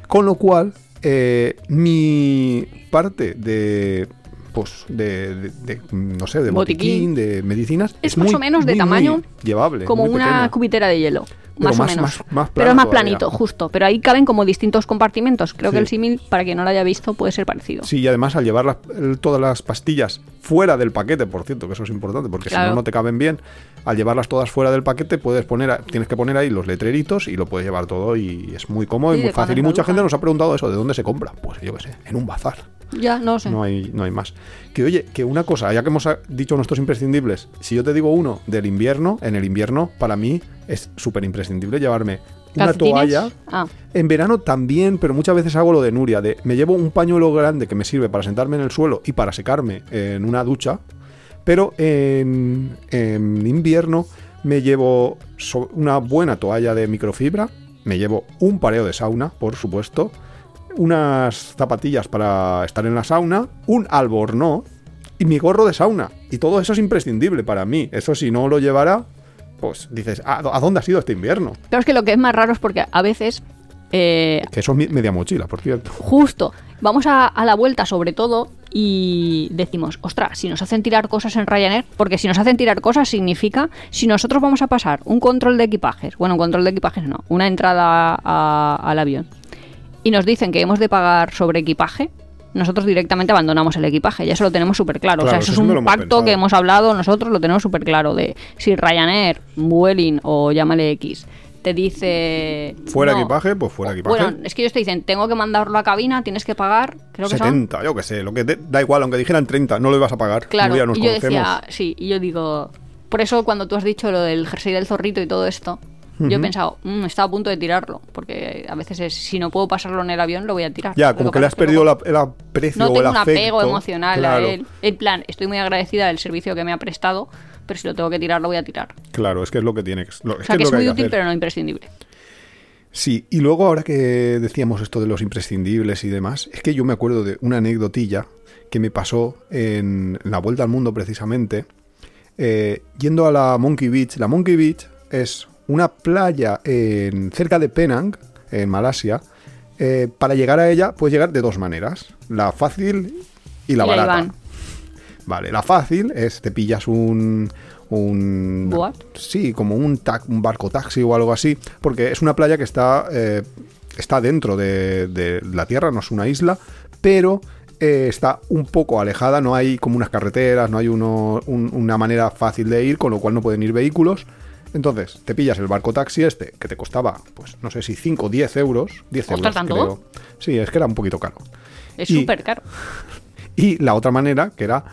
Speaker 2: Con lo cual, eh, mi parte de... Pues de, de- de, no sé, de botiquín,
Speaker 1: Botiquín.
Speaker 2: de medicinas.
Speaker 1: Es más o menos de tamaño
Speaker 2: llevable.
Speaker 1: Como
Speaker 2: muy
Speaker 1: una
Speaker 2: pequeña.
Speaker 1: cubitera de hielo.
Speaker 2: Pero
Speaker 1: Más,
Speaker 2: más-
Speaker 1: o menos.
Speaker 2: más- más
Speaker 1: pero es más
Speaker 2: plano todavía.
Speaker 1: planito, justo. Pero ahí caben como distintos compartimentos. Creo que
Speaker 2: Sí.
Speaker 1: el símil, para quien no lo haya visto, puede ser parecido.
Speaker 2: Sí, y además al llevar las- el- todas las pastillas fuera del paquete, por cierto, que eso es importante, porque si
Speaker 1: Claro.
Speaker 2: no, no te caben bien. Al llevarlas todas fuera del paquete, puedes poner, a- tienes que poner ahí los letreritos y lo puedes llevar todo y es muy cómodo
Speaker 1: Sí,
Speaker 2: y muy
Speaker 1: de cuando
Speaker 2: fácil. Y
Speaker 1: en
Speaker 2: mucha
Speaker 1: cuando.
Speaker 2: gente nos ha preguntado eso, ¿de dónde se compra? Pues yo qué sé, en un bazar.
Speaker 1: Ya, no sé.
Speaker 2: No hay, no hay más. Que oye, que una cosa, ya que hemos ah, dicho nuestros imprescindibles, si yo te digo uno del invierno, en el invierno para mí es súper imprescindible llevarme una
Speaker 1: ¿Calcetines?
Speaker 2: toalla.
Speaker 1: Ah,
Speaker 2: En verano también, pero muchas veces hago lo de Nuria, de me llevo un pañuelo grande que me sirve para sentarme en el suelo y para secarme en una ducha, pero en, en invierno me llevo so- una buena toalla de microfibra, me llevo un pareo de sauna, por supuesto, unas zapatillas para estar en la sauna, un albornoz y mi gorro de sauna. Y todo eso es imprescindible para mí. Eso si no lo llevara, pues dices, ¿a, a dónde has ido este invierno?
Speaker 1: Claro, es que lo que es más raro es porque a veces, eh,
Speaker 2: Que eso es mi- media mochila, por cierto.
Speaker 1: justo, vamos a, a la vuelta sobre todo y decimos, ostras, si nos hacen tirar cosas en Ryanair, porque si nos hacen tirar cosas significa, si nosotros vamos a pasar un control de equipajes, bueno, un control de equipajes no, una entrada a- al avión, y nos dicen que hemos de pagar sobre equipaje, nosotros directamente abandonamos el equipaje, ya eso lo tenemos súper claro. o sea,
Speaker 2: Claro,
Speaker 1: eso es
Speaker 2: eso no lo
Speaker 1: un
Speaker 2: hemos
Speaker 1: pacto
Speaker 2: pensado.
Speaker 1: que hemos hablado, nosotros lo tenemos súper claro, de si Ryanair, Vueling o llámale X, te dice...
Speaker 2: Fuera
Speaker 1: no,
Speaker 2: equipaje, pues fuera equipaje.
Speaker 1: Bueno, es que ellos te dicen, tengo que mandarlo a cabina, tienes que pagar, creo que son...
Speaker 2: 70, yo qué sé, lo que te- da igual, aunque dijeran 30, no lo ibas a pagar.
Speaker 1: Claro,
Speaker 2: Nuria, nos
Speaker 1: y yo
Speaker 2: conocemos.
Speaker 1: decía, "Ah, sí, y yo digo, por eso cuando tú has dicho lo del jersey del zorrito y todo esto, yo he pensado, "Mm, estaba a punto de tirarlo, porque a veces es, si no puedo pasarlo en el avión, lo voy a tirar.
Speaker 2: ya,
Speaker 1: Lo
Speaker 2: como que
Speaker 1: pasa
Speaker 2: le
Speaker 1: es
Speaker 2: has
Speaker 1: luego
Speaker 2: perdido la- el aprecio
Speaker 1: No
Speaker 2: o el
Speaker 1: tengo un
Speaker 2: afecto.
Speaker 1: apego emocional
Speaker 2: claro,
Speaker 1: a él. En plan, estoy muy agradecida del servicio que me ha prestado, pero si lo tengo que tirar, lo voy a tirar.
Speaker 2: Claro, es que es lo que tiene. que- lo-
Speaker 1: O
Speaker 2: Es
Speaker 1: sea,
Speaker 2: que
Speaker 1: que
Speaker 2: es
Speaker 1: es
Speaker 2: lo que
Speaker 1: muy
Speaker 2: hay que
Speaker 1: útil,
Speaker 2: hacer.
Speaker 1: pero no imprescindible.
Speaker 2: Sí, y luego ahora que decíamos esto de los imprescindibles y demás, es que yo me acuerdo de una anécdotilla que me pasó en la Vuelta al Mundo precisamente, eh, yendo a la Monkey Beach. La Monkey Beach es una playa en- cerca de Penang, en Malasia. Eh, para llegar a ella puedes llegar de dos maneras, la fácil y la
Speaker 1: Y ahí
Speaker 2: barata.
Speaker 1: van.
Speaker 2: Vale, la fácil es te pillas un. un
Speaker 1: ¿Boat?
Speaker 2: Sí, como un, tac- un barco taxi o algo así, porque es una playa que está, eh, está dentro de, de la tierra, no es una isla, pero eh, está un poco alejada, no hay como unas carreteras, no hay uno- un- una manera fácil de ir, con lo cual no pueden ir vehículos. Entonces, te pillas el barco taxi este, que te costaba, pues no sé si 5 o 10 euros. 10
Speaker 1: Ostras,
Speaker 2: euros,
Speaker 1: ¿tanto?
Speaker 2: creo. Sí, es que era un poquito caro.
Speaker 1: Es
Speaker 2: Y-
Speaker 1: súper caro.
Speaker 2: Y la otra manera, que era,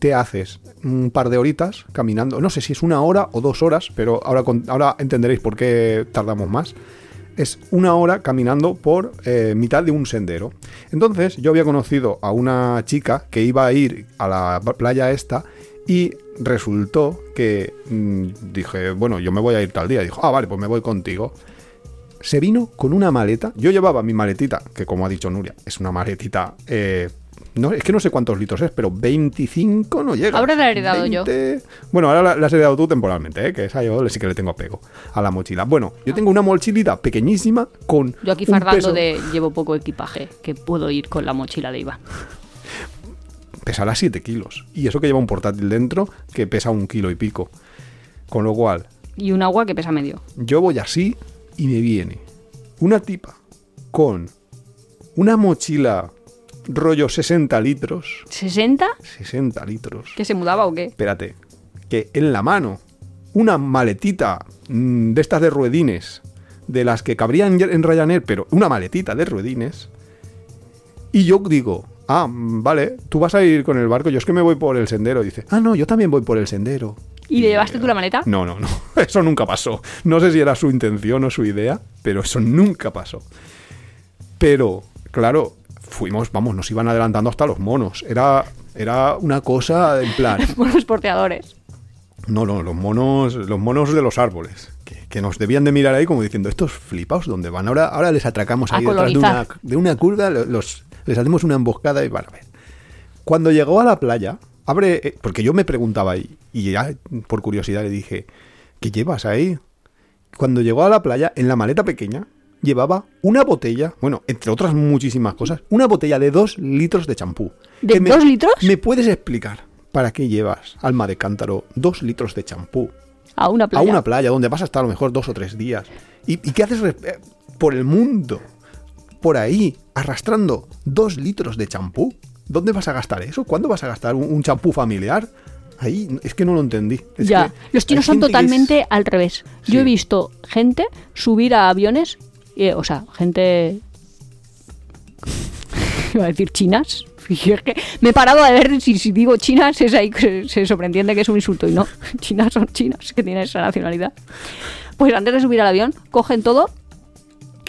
Speaker 2: te haces un par de horitas caminando, no sé si es una hora o dos horas, pero ahora, con- ahora entenderéis por qué tardamos más. Es una hora caminando por eh, mitad de un sendero. Entonces yo había conocido a una chica que iba a ir a la playa esta y resultó que mm, dije, bueno, yo me voy a ir tal día. Y dijo, ah, vale, pues me voy contigo se vino con una maleta. Yo llevaba mi maletita, que como ha dicho Nuria, es una maletita. eh, no, es que no sé cuántos litros es, pero 25 no llega.
Speaker 1: Ahora la he heredado yo.
Speaker 2: Bueno, ahora la, la has heredado tú temporalmente, ¿eh? que esa yo sí que le tengo apego a la mochila. Bueno, yo tengo una mochilita pequeñísima con.
Speaker 1: Yo aquí
Speaker 2: un
Speaker 1: fardando
Speaker 2: peso-
Speaker 1: de llevo poco equipaje, que puedo ir con la mochila de Iván.
Speaker 2: pesará 7 kilos. Y eso que lleva un portátil dentro que pesa un kilo y pico. Con lo cual,
Speaker 1: Y un agua que pesa medio.
Speaker 2: yo voy así y me viene una tipa con una mochila rollo 60 litros.
Speaker 1: ¿60?
Speaker 2: 60 litros.
Speaker 1: ¿Que se mudaba o qué?
Speaker 2: Espérate, que en la mano una maletita mm, de estas de ruedines, de las que cabrían ya en Ryanair, pero una maletita de ruedines. Y yo digo, ah, mm, vale, tú vas a ir con el barco, yo es que me voy por el sendero. Y dice, ah, no, yo también voy por el sendero.
Speaker 1: ¿Y le llevaste tú la maleta?
Speaker 2: No, no, no. Eso nunca pasó. No sé si era su intención o su idea, pero eso nunca pasó. Pero, claro, fuimos, vamos, nos iban adelantando hasta los monos. Era, era una cosa en plan.
Speaker 1: Por los porteadores.
Speaker 2: No, no, los monos, los monos de los árboles. Que que, que nos debían de mirar ahí como diciendo, estos flipaos, ¿dónde van? Ahora, ahora les atracamos
Speaker 1: A
Speaker 2: ahí detrás de una,
Speaker 1: colonizar.
Speaker 2: de una curva, lo- los, les hacemos una emboscada y van a ver. Cuando llegó a la playa, abre, eh, porque yo me preguntaba ahí, y ya por curiosidad le dije, ¿qué llevas ahí? Cuando llegó a la playa, en la maleta pequeña, llevaba una botella, bueno, entre otras muchísimas cosas, una botella de dos litros de champú.
Speaker 1: ¿De
Speaker 2: Que me-
Speaker 1: dos litros?
Speaker 2: ¿Me puedes explicar para qué llevas, alma de cántaro, dos litros de champú
Speaker 1: A una playa.
Speaker 2: a una playa donde vas a estar a lo mejor dos o tres días? ¿Y, y qué haces re- eh, por el mundo, por ahí, arrastrando dos litros de champú? ¿Dónde vas a gastar eso? ¿Cuándo vas a gastar un, un champú familiar? Ahí es que no lo entendí. Es
Speaker 1: ya.
Speaker 2: que
Speaker 1: Los chinos
Speaker 2: hay
Speaker 1: son
Speaker 2: gente que es-
Speaker 1: totalmente al revés. Yo he
Speaker 2: Sí.
Speaker 1: visto gente subir a aviones, eh, o sea, gente. Iba a decir chinas. Y es que Me he parado a ver si, si digo chinas, es ahí que se, se sobreentiende que es un insulto. Y no, chinas son chinas, que tienen esa nacionalidad. Pues antes de subir al avión, cogen todo,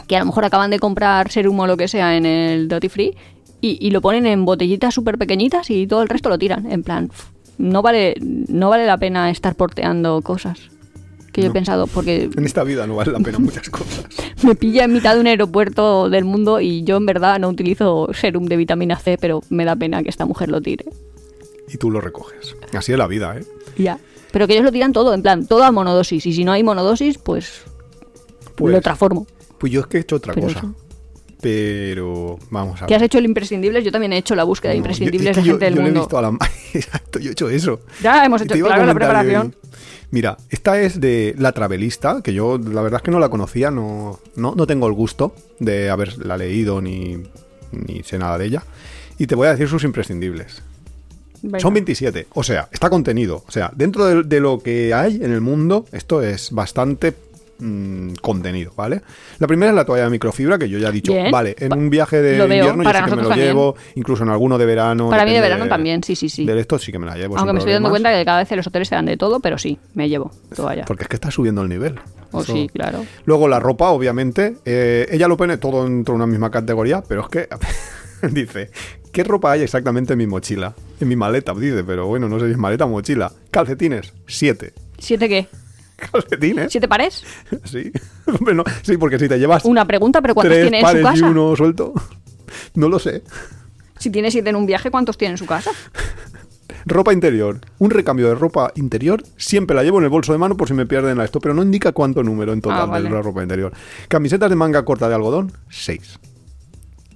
Speaker 1: que a lo mejor acaban de comprar serum o lo que sea en el Duty Free y, y lo ponen en botellitas súper pequeñitas y todo el resto lo tiran. En plan, pf, no vale, no vale la pena estar porteando cosas. Que yo he
Speaker 2: No.
Speaker 1: pensado, porque
Speaker 2: En esta vida no vale la pena muchas cosas.
Speaker 1: me pilla en mitad de un aeropuerto del mundo y yo en verdad no utilizo serum de vitamina C, pero me da pena que esta mujer lo tire.
Speaker 2: Y tú lo recoges. Así es la vida, ¿eh?
Speaker 1: Ya. Pero que ellos lo tiran todo, en plan, todo a monodosis. Y si no hay monodosis, pues,
Speaker 2: Pues-
Speaker 1: lo transformo.
Speaker 2: Pues yo es que he hecho otra
Speaker 1: Pero
Speaker 2: cosa.
Speaker 1: eso.
Speaker 2: Pero vamos a
Speaker 1: ¿Te
Speaker 2: ver.
Speaker 1: has hecho el imprescindible? Yo también he hecho la búsqueda
Speaker 2: Ah.
Speaker 1: de
Speaker 2: No, yo- es
Speaker 1: imprescindibles
Speaker 2: que
Speaker 1: de
Speaker 2: yo-
Speaker 1: gente del
Speaker 2: yo le he
Speaker 1: mundo.
Speaker 2: visto a la- Exacto, yo he hecho eso.
Speaker 1: Ya hemos
Speaker 2: Y
Speaker 1: hecho
Speaker 2: te iba a
Speaker 1: claro, la
Speaker 2: comentar,
Speaker 1: preparación.
Speaker 2: eh, Mira, esta es de La Travelista, que yo la verdad es que no la conocía, no, no, no tengo el gusto de haberla leído ni, ni sé nada de ella. Y te voy a decir sus imprescindibles.
Speaker 1: Venga.
Speaker 2: Son 27, o sea, está contenido. O sea, dentro de, de lo que hay en el mundo, esto es bastante mm, contenido, ¿vale? La primera es la toalla de microfibra, que yo ya he dicho,
Speaker 1: Bien.
Speaker 2: vale, en
Speaker 1: Pa-
Speaker 2: un viaje de
Speaker 1: lo veo,
Speaker 2: invierno yo
Speaker 1: para
Speaker 2: sí que me lo
Speaker 1: nosotros también.
Speaker 2: llevo, incluso en alguno de verano.
Speaker 1: Para mí de
Speaker 2: depende
Speaker 1: verano también, sí, sí, sí.
Speaker 2: De esto sí que me la llevo.
Speaker 1: Aunque
Speaker 2: sin
Speaker 1: me estoy dando
Speaker 2: problemas,
Speaker 1: cuenta que cada vez en los hoteles se dan de todo, pero sí, me llevo toalla.
Speaker 2: Porque es que está subiendo el nivel.
Speaker 1: O
Speaker 2: Eso-
Speaker 1: Oh, sí, claro.
Speaker 2: Luego la ropa, obviamente. eh, ella lo pone todo dentro de una misma categoría, pero es que dice, ¿qué ropa hay exactamente en mi mochila? En mi maleta, dice, pero bueno, no sé si es maleta o mochila. Calcetines, siete.
Speaker 1: ¿Siete qué?
Speaker 2: Calcetines,
Speaker 1: ¿Siete pares?
Speaker 2: sí. Hombre, no, sí, porque si te llevas
Speaker 1: Una pregunta, pero ¿cuántos
Speaker 2: tres
Speaker 1: tiene en su
Speaker 2: pares y
Speaker 1: casa?
Speaker 2: uno suelto, no lo sé.
Speaker 1: Si tiene siete en un viaje, ¿cuántos tiene en su casa?
Speaker 2: Ropa interior. Un recambio de ropa interior siempre la llevo en el bolso de mano por si me pierden la esto, pero no indica cuánto número en total
Speaker 1: Ah, vale.
Speaker 2: de la ropa interior. Camisetas de manga corta de algodón, seis.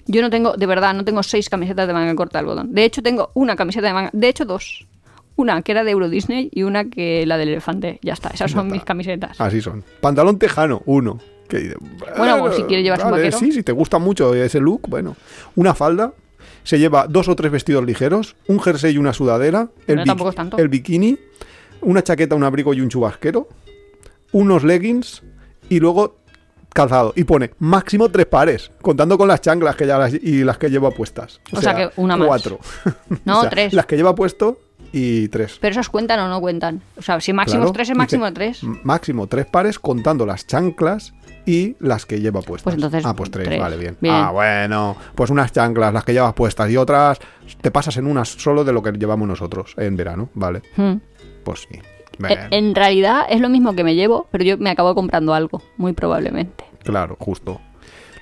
Speaker 1: Yo no tengo, de verdad, no tengo seis camisetas de manga corta de algodón. De hecho, tengo una camiseta de manga, de hecho dos. Una que era de Euro Disney y una que la del elefante. Ya está, esas son mis camisetas.
Speaker 2: Así son. Pantalón tejano, uno. Que dice,
Speaker 1: Bueno, o si quiere llevarse un vaquero.
Speaker 2: Sí, si te gusta mucho ese look, bueno. Una falda. Se lleva dos o tres vestidos ligeros, un jersey y una sudadera, el,
Speaker 1: Bueno, tampoco es tanto.
Speaker 2: el bikini, una chaqueta, un abrigo y un chubasquero, unos leggings y luego calzado. Y pone máximo tres pares, contando con las chanclas que ya las- y las que lleva puestas.
Speaker 1: O sea que una más.
Speaker 2: Cuatro.
Speaker 1: No, tres.
Speaker 2: Las que lleva puesto y tres.
Speaker 1: Pero esas cuentan o no cuentan. O sea, si máximo es
Speaker 2: Claro,
Speaker 1: tres, es
Speaker 2: dice,
Speaker 1: máximo tres.
Speaker 2: "M- Máximo tres pares contando las chanclas y las que lleva puestas.
Speaker 1: Pues entonces,
Speaker 2: Ah, pues tres,
Speaker 1: tres.
Speaker 2: vale, bien.
Speaker 1: Bien.
Speaker 2: Ah, bueno. Pues unas chanclas, las que llevas puestas y otras, te pasas en unas solo de lo que llevamos nosotros en verano, vale.
Speaker 1: Hmm.
Speaker 2: Pues sí.
Speaker 1: Eh,
Speaker 2: Bien,
Speaker 1: En realidad es lo mismo que me llevo, pero yo me acabo comprando algo, muy probablemente.
Speaker 2: Claro, justo.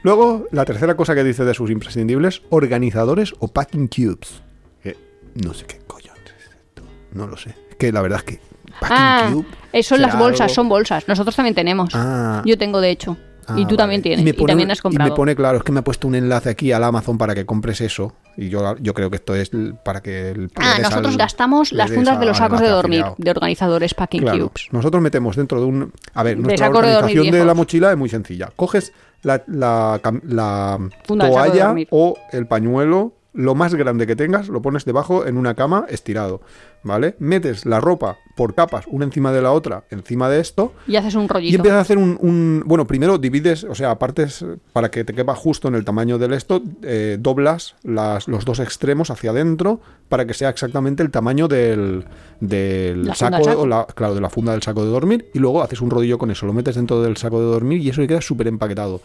Speaker 2: Luego, la tercera cosa que dice de sus imprescindibles, organizadores o packing cubes. Que no sé qué coño es esto. No lo sé. Es que la verdad es que packing
Speaker 1: Ah,
Speaker 2: cube
Speaker 1: eh, son las
Speaker 2: será
Speaker 1: bolsas,
Speaker 2: algo-
Speaker 1: son bolsas. Nosotros también tenemos.
Speaker 2: Ah.
Speaker 1: Yo tengo, de hecho. y
Speaker 2: Ah,
Speaker 1: tú también
Speaker 2: vale.
Speaker 1: tienes. Y,
Speaker 2: me pone-
Speaker 1: también has
Speaker 2: Y
Speaker 1: comprado.
Speaker 2: me pone, claro, es que me ha puesto un enlace aquí al Amazon para que compres eso. Y yo, yo creo que esto es l- para que... el- le
Speaker 1: ah,
Speaker 2: des
Speaker 1: nosotros
Speaker 2: al-
Speaker 1: gastamos
Speaker 2: le
Speaker 1: las
Speaker 2: des
Speaker 1: fundas de
Speaker 2: al
Speaker 1: los sacos de
Speaker 2: enlace
Speaker 1: dormir,
Speaker 2: afiliado.
Speaker 1: de organizadores Packing
Speaker 2: Claro,
Speaker 1: Cubes.
Speaker 2: nosotros metemos dentro de un... A ver,
Speaker 1: De
Speaker 2: nuestra
Speaker 1: saco de dormir
Speaker 2: organización de, la
Speaker 1: viejos.
Speaker 2: mochila es muy sencilla. Coges la, la cam- la
Speaker 1: Funda del saco de
Speaker 2: toalla
Speaker 1: dormir.
Speaker 2: o el pañuelo, lo más grande que tengas, lo pones debajo en una cama estirado, ¿vale? Metes la ropa por capas, una encima de la otra, encima de esto,
Speaker 1: Y haces un rollito.
Speaker 2: y empiezas a hacer un, un- Bueno, primero divides, o sea, partes eh, para que te quepa justo en el tamaño del esto, eh, doblas las- los dos extremos hacia adentro para que sea exactamente el tamaño del, del
Speaker 1: La
Speaker 2: saco,
Speaker 1: funda del saco.
Speaker 2: o la- claro, de la funda del saco de dormir y luego haces un rodillo con eso, lo metes dentro del saco de dormir y eso le queda súper empaquetado.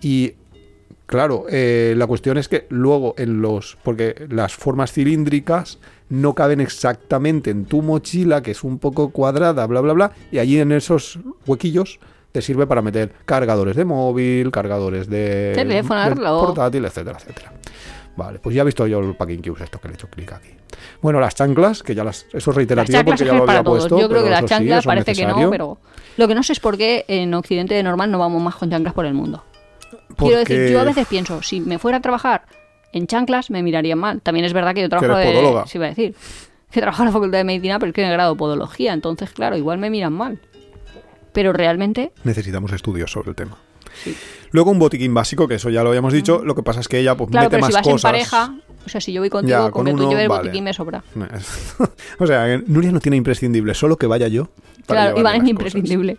Speaker 2: Y Claro, eh, la cuestión es que luego en los. Porque las formas cilíndricas no caben exactamente en tu mochila, que es un poco cuadrada, bla, bla, bla. Y allí en esos huequillos te sirve para meter cargadores de móvil, cargadores de
Speaker 1: Teléfono,
Speaker 2: del
Speaker 1: reloj.
Speaker 2: portátil, etcétera, etcéera. Vale, pues ya he visto yo el packing cubes esto que le he hecho clic aquí. Bueno, las chanclas, que ya las eso es reiterativo
Speaker 1: Las chanclas
Speaker 2: porque
Speaker 1: es
Speaker 2: ya lo
Speaker 1: para
Speaker 2: había
Speaker 1: todos.
Speaker 2: puesto.
Speaker 1: Yo creo
Speaker 2: pero
Speaker 1: que las
Speaker 2: eso sí, eso
Speaker 1: chanclas
Speaker 2: es
Speaker 1: parece que no,
Speaker 2: necesario.
Speaker 1: pero lo que no sé es por qué en Occidente de normal no vamos más con chanclas por el mundo. Quiero decir,
Speaker 2: Porque-
Speaker 1: yo a veces pienso, si me fuera a trabajar en chanclas me mirarían mal. También es verdad que yo trabajo
Speaker 2: eres
Speaker 1: de...
Speaker 2: podóloga.
Speaker 1: Sí, iba a decir. Que trabajo en la Facultad de Medicina, pero es que me grado podología. Entonces, claro, igual me miran mal. Pero realmente,
Speaker 2: necesitamos estudios sobre el tema. Luego un botiquín básico, que eso ya lo habíamos dicho, lo que pasa es que ella pues
Speaker 1: claro,
Speaker 2: mete
Speaker 1: pero
Speaker 2: más
Speaker 1: si vas
Speaker 2: cosas.
Speaker 1: en pareja, o sea, si yo voy contigo,
Speaker 2: Ya, con
Speaker 1: con, que tú
Speaker 2: uno,
Speaker 1: lleves el
Speaker 2: vale.
Speaker 1: botiquín me sobra.
Speaker 2: o sea, que Nuria no tiene imprescindible, solo que vaya yo. para
Speaker 1: Claro,
Speaker 2: llevarle
Speaker 1: Iván es
Speaker 2: las cosas.
Speaker 1: mi imprescindible.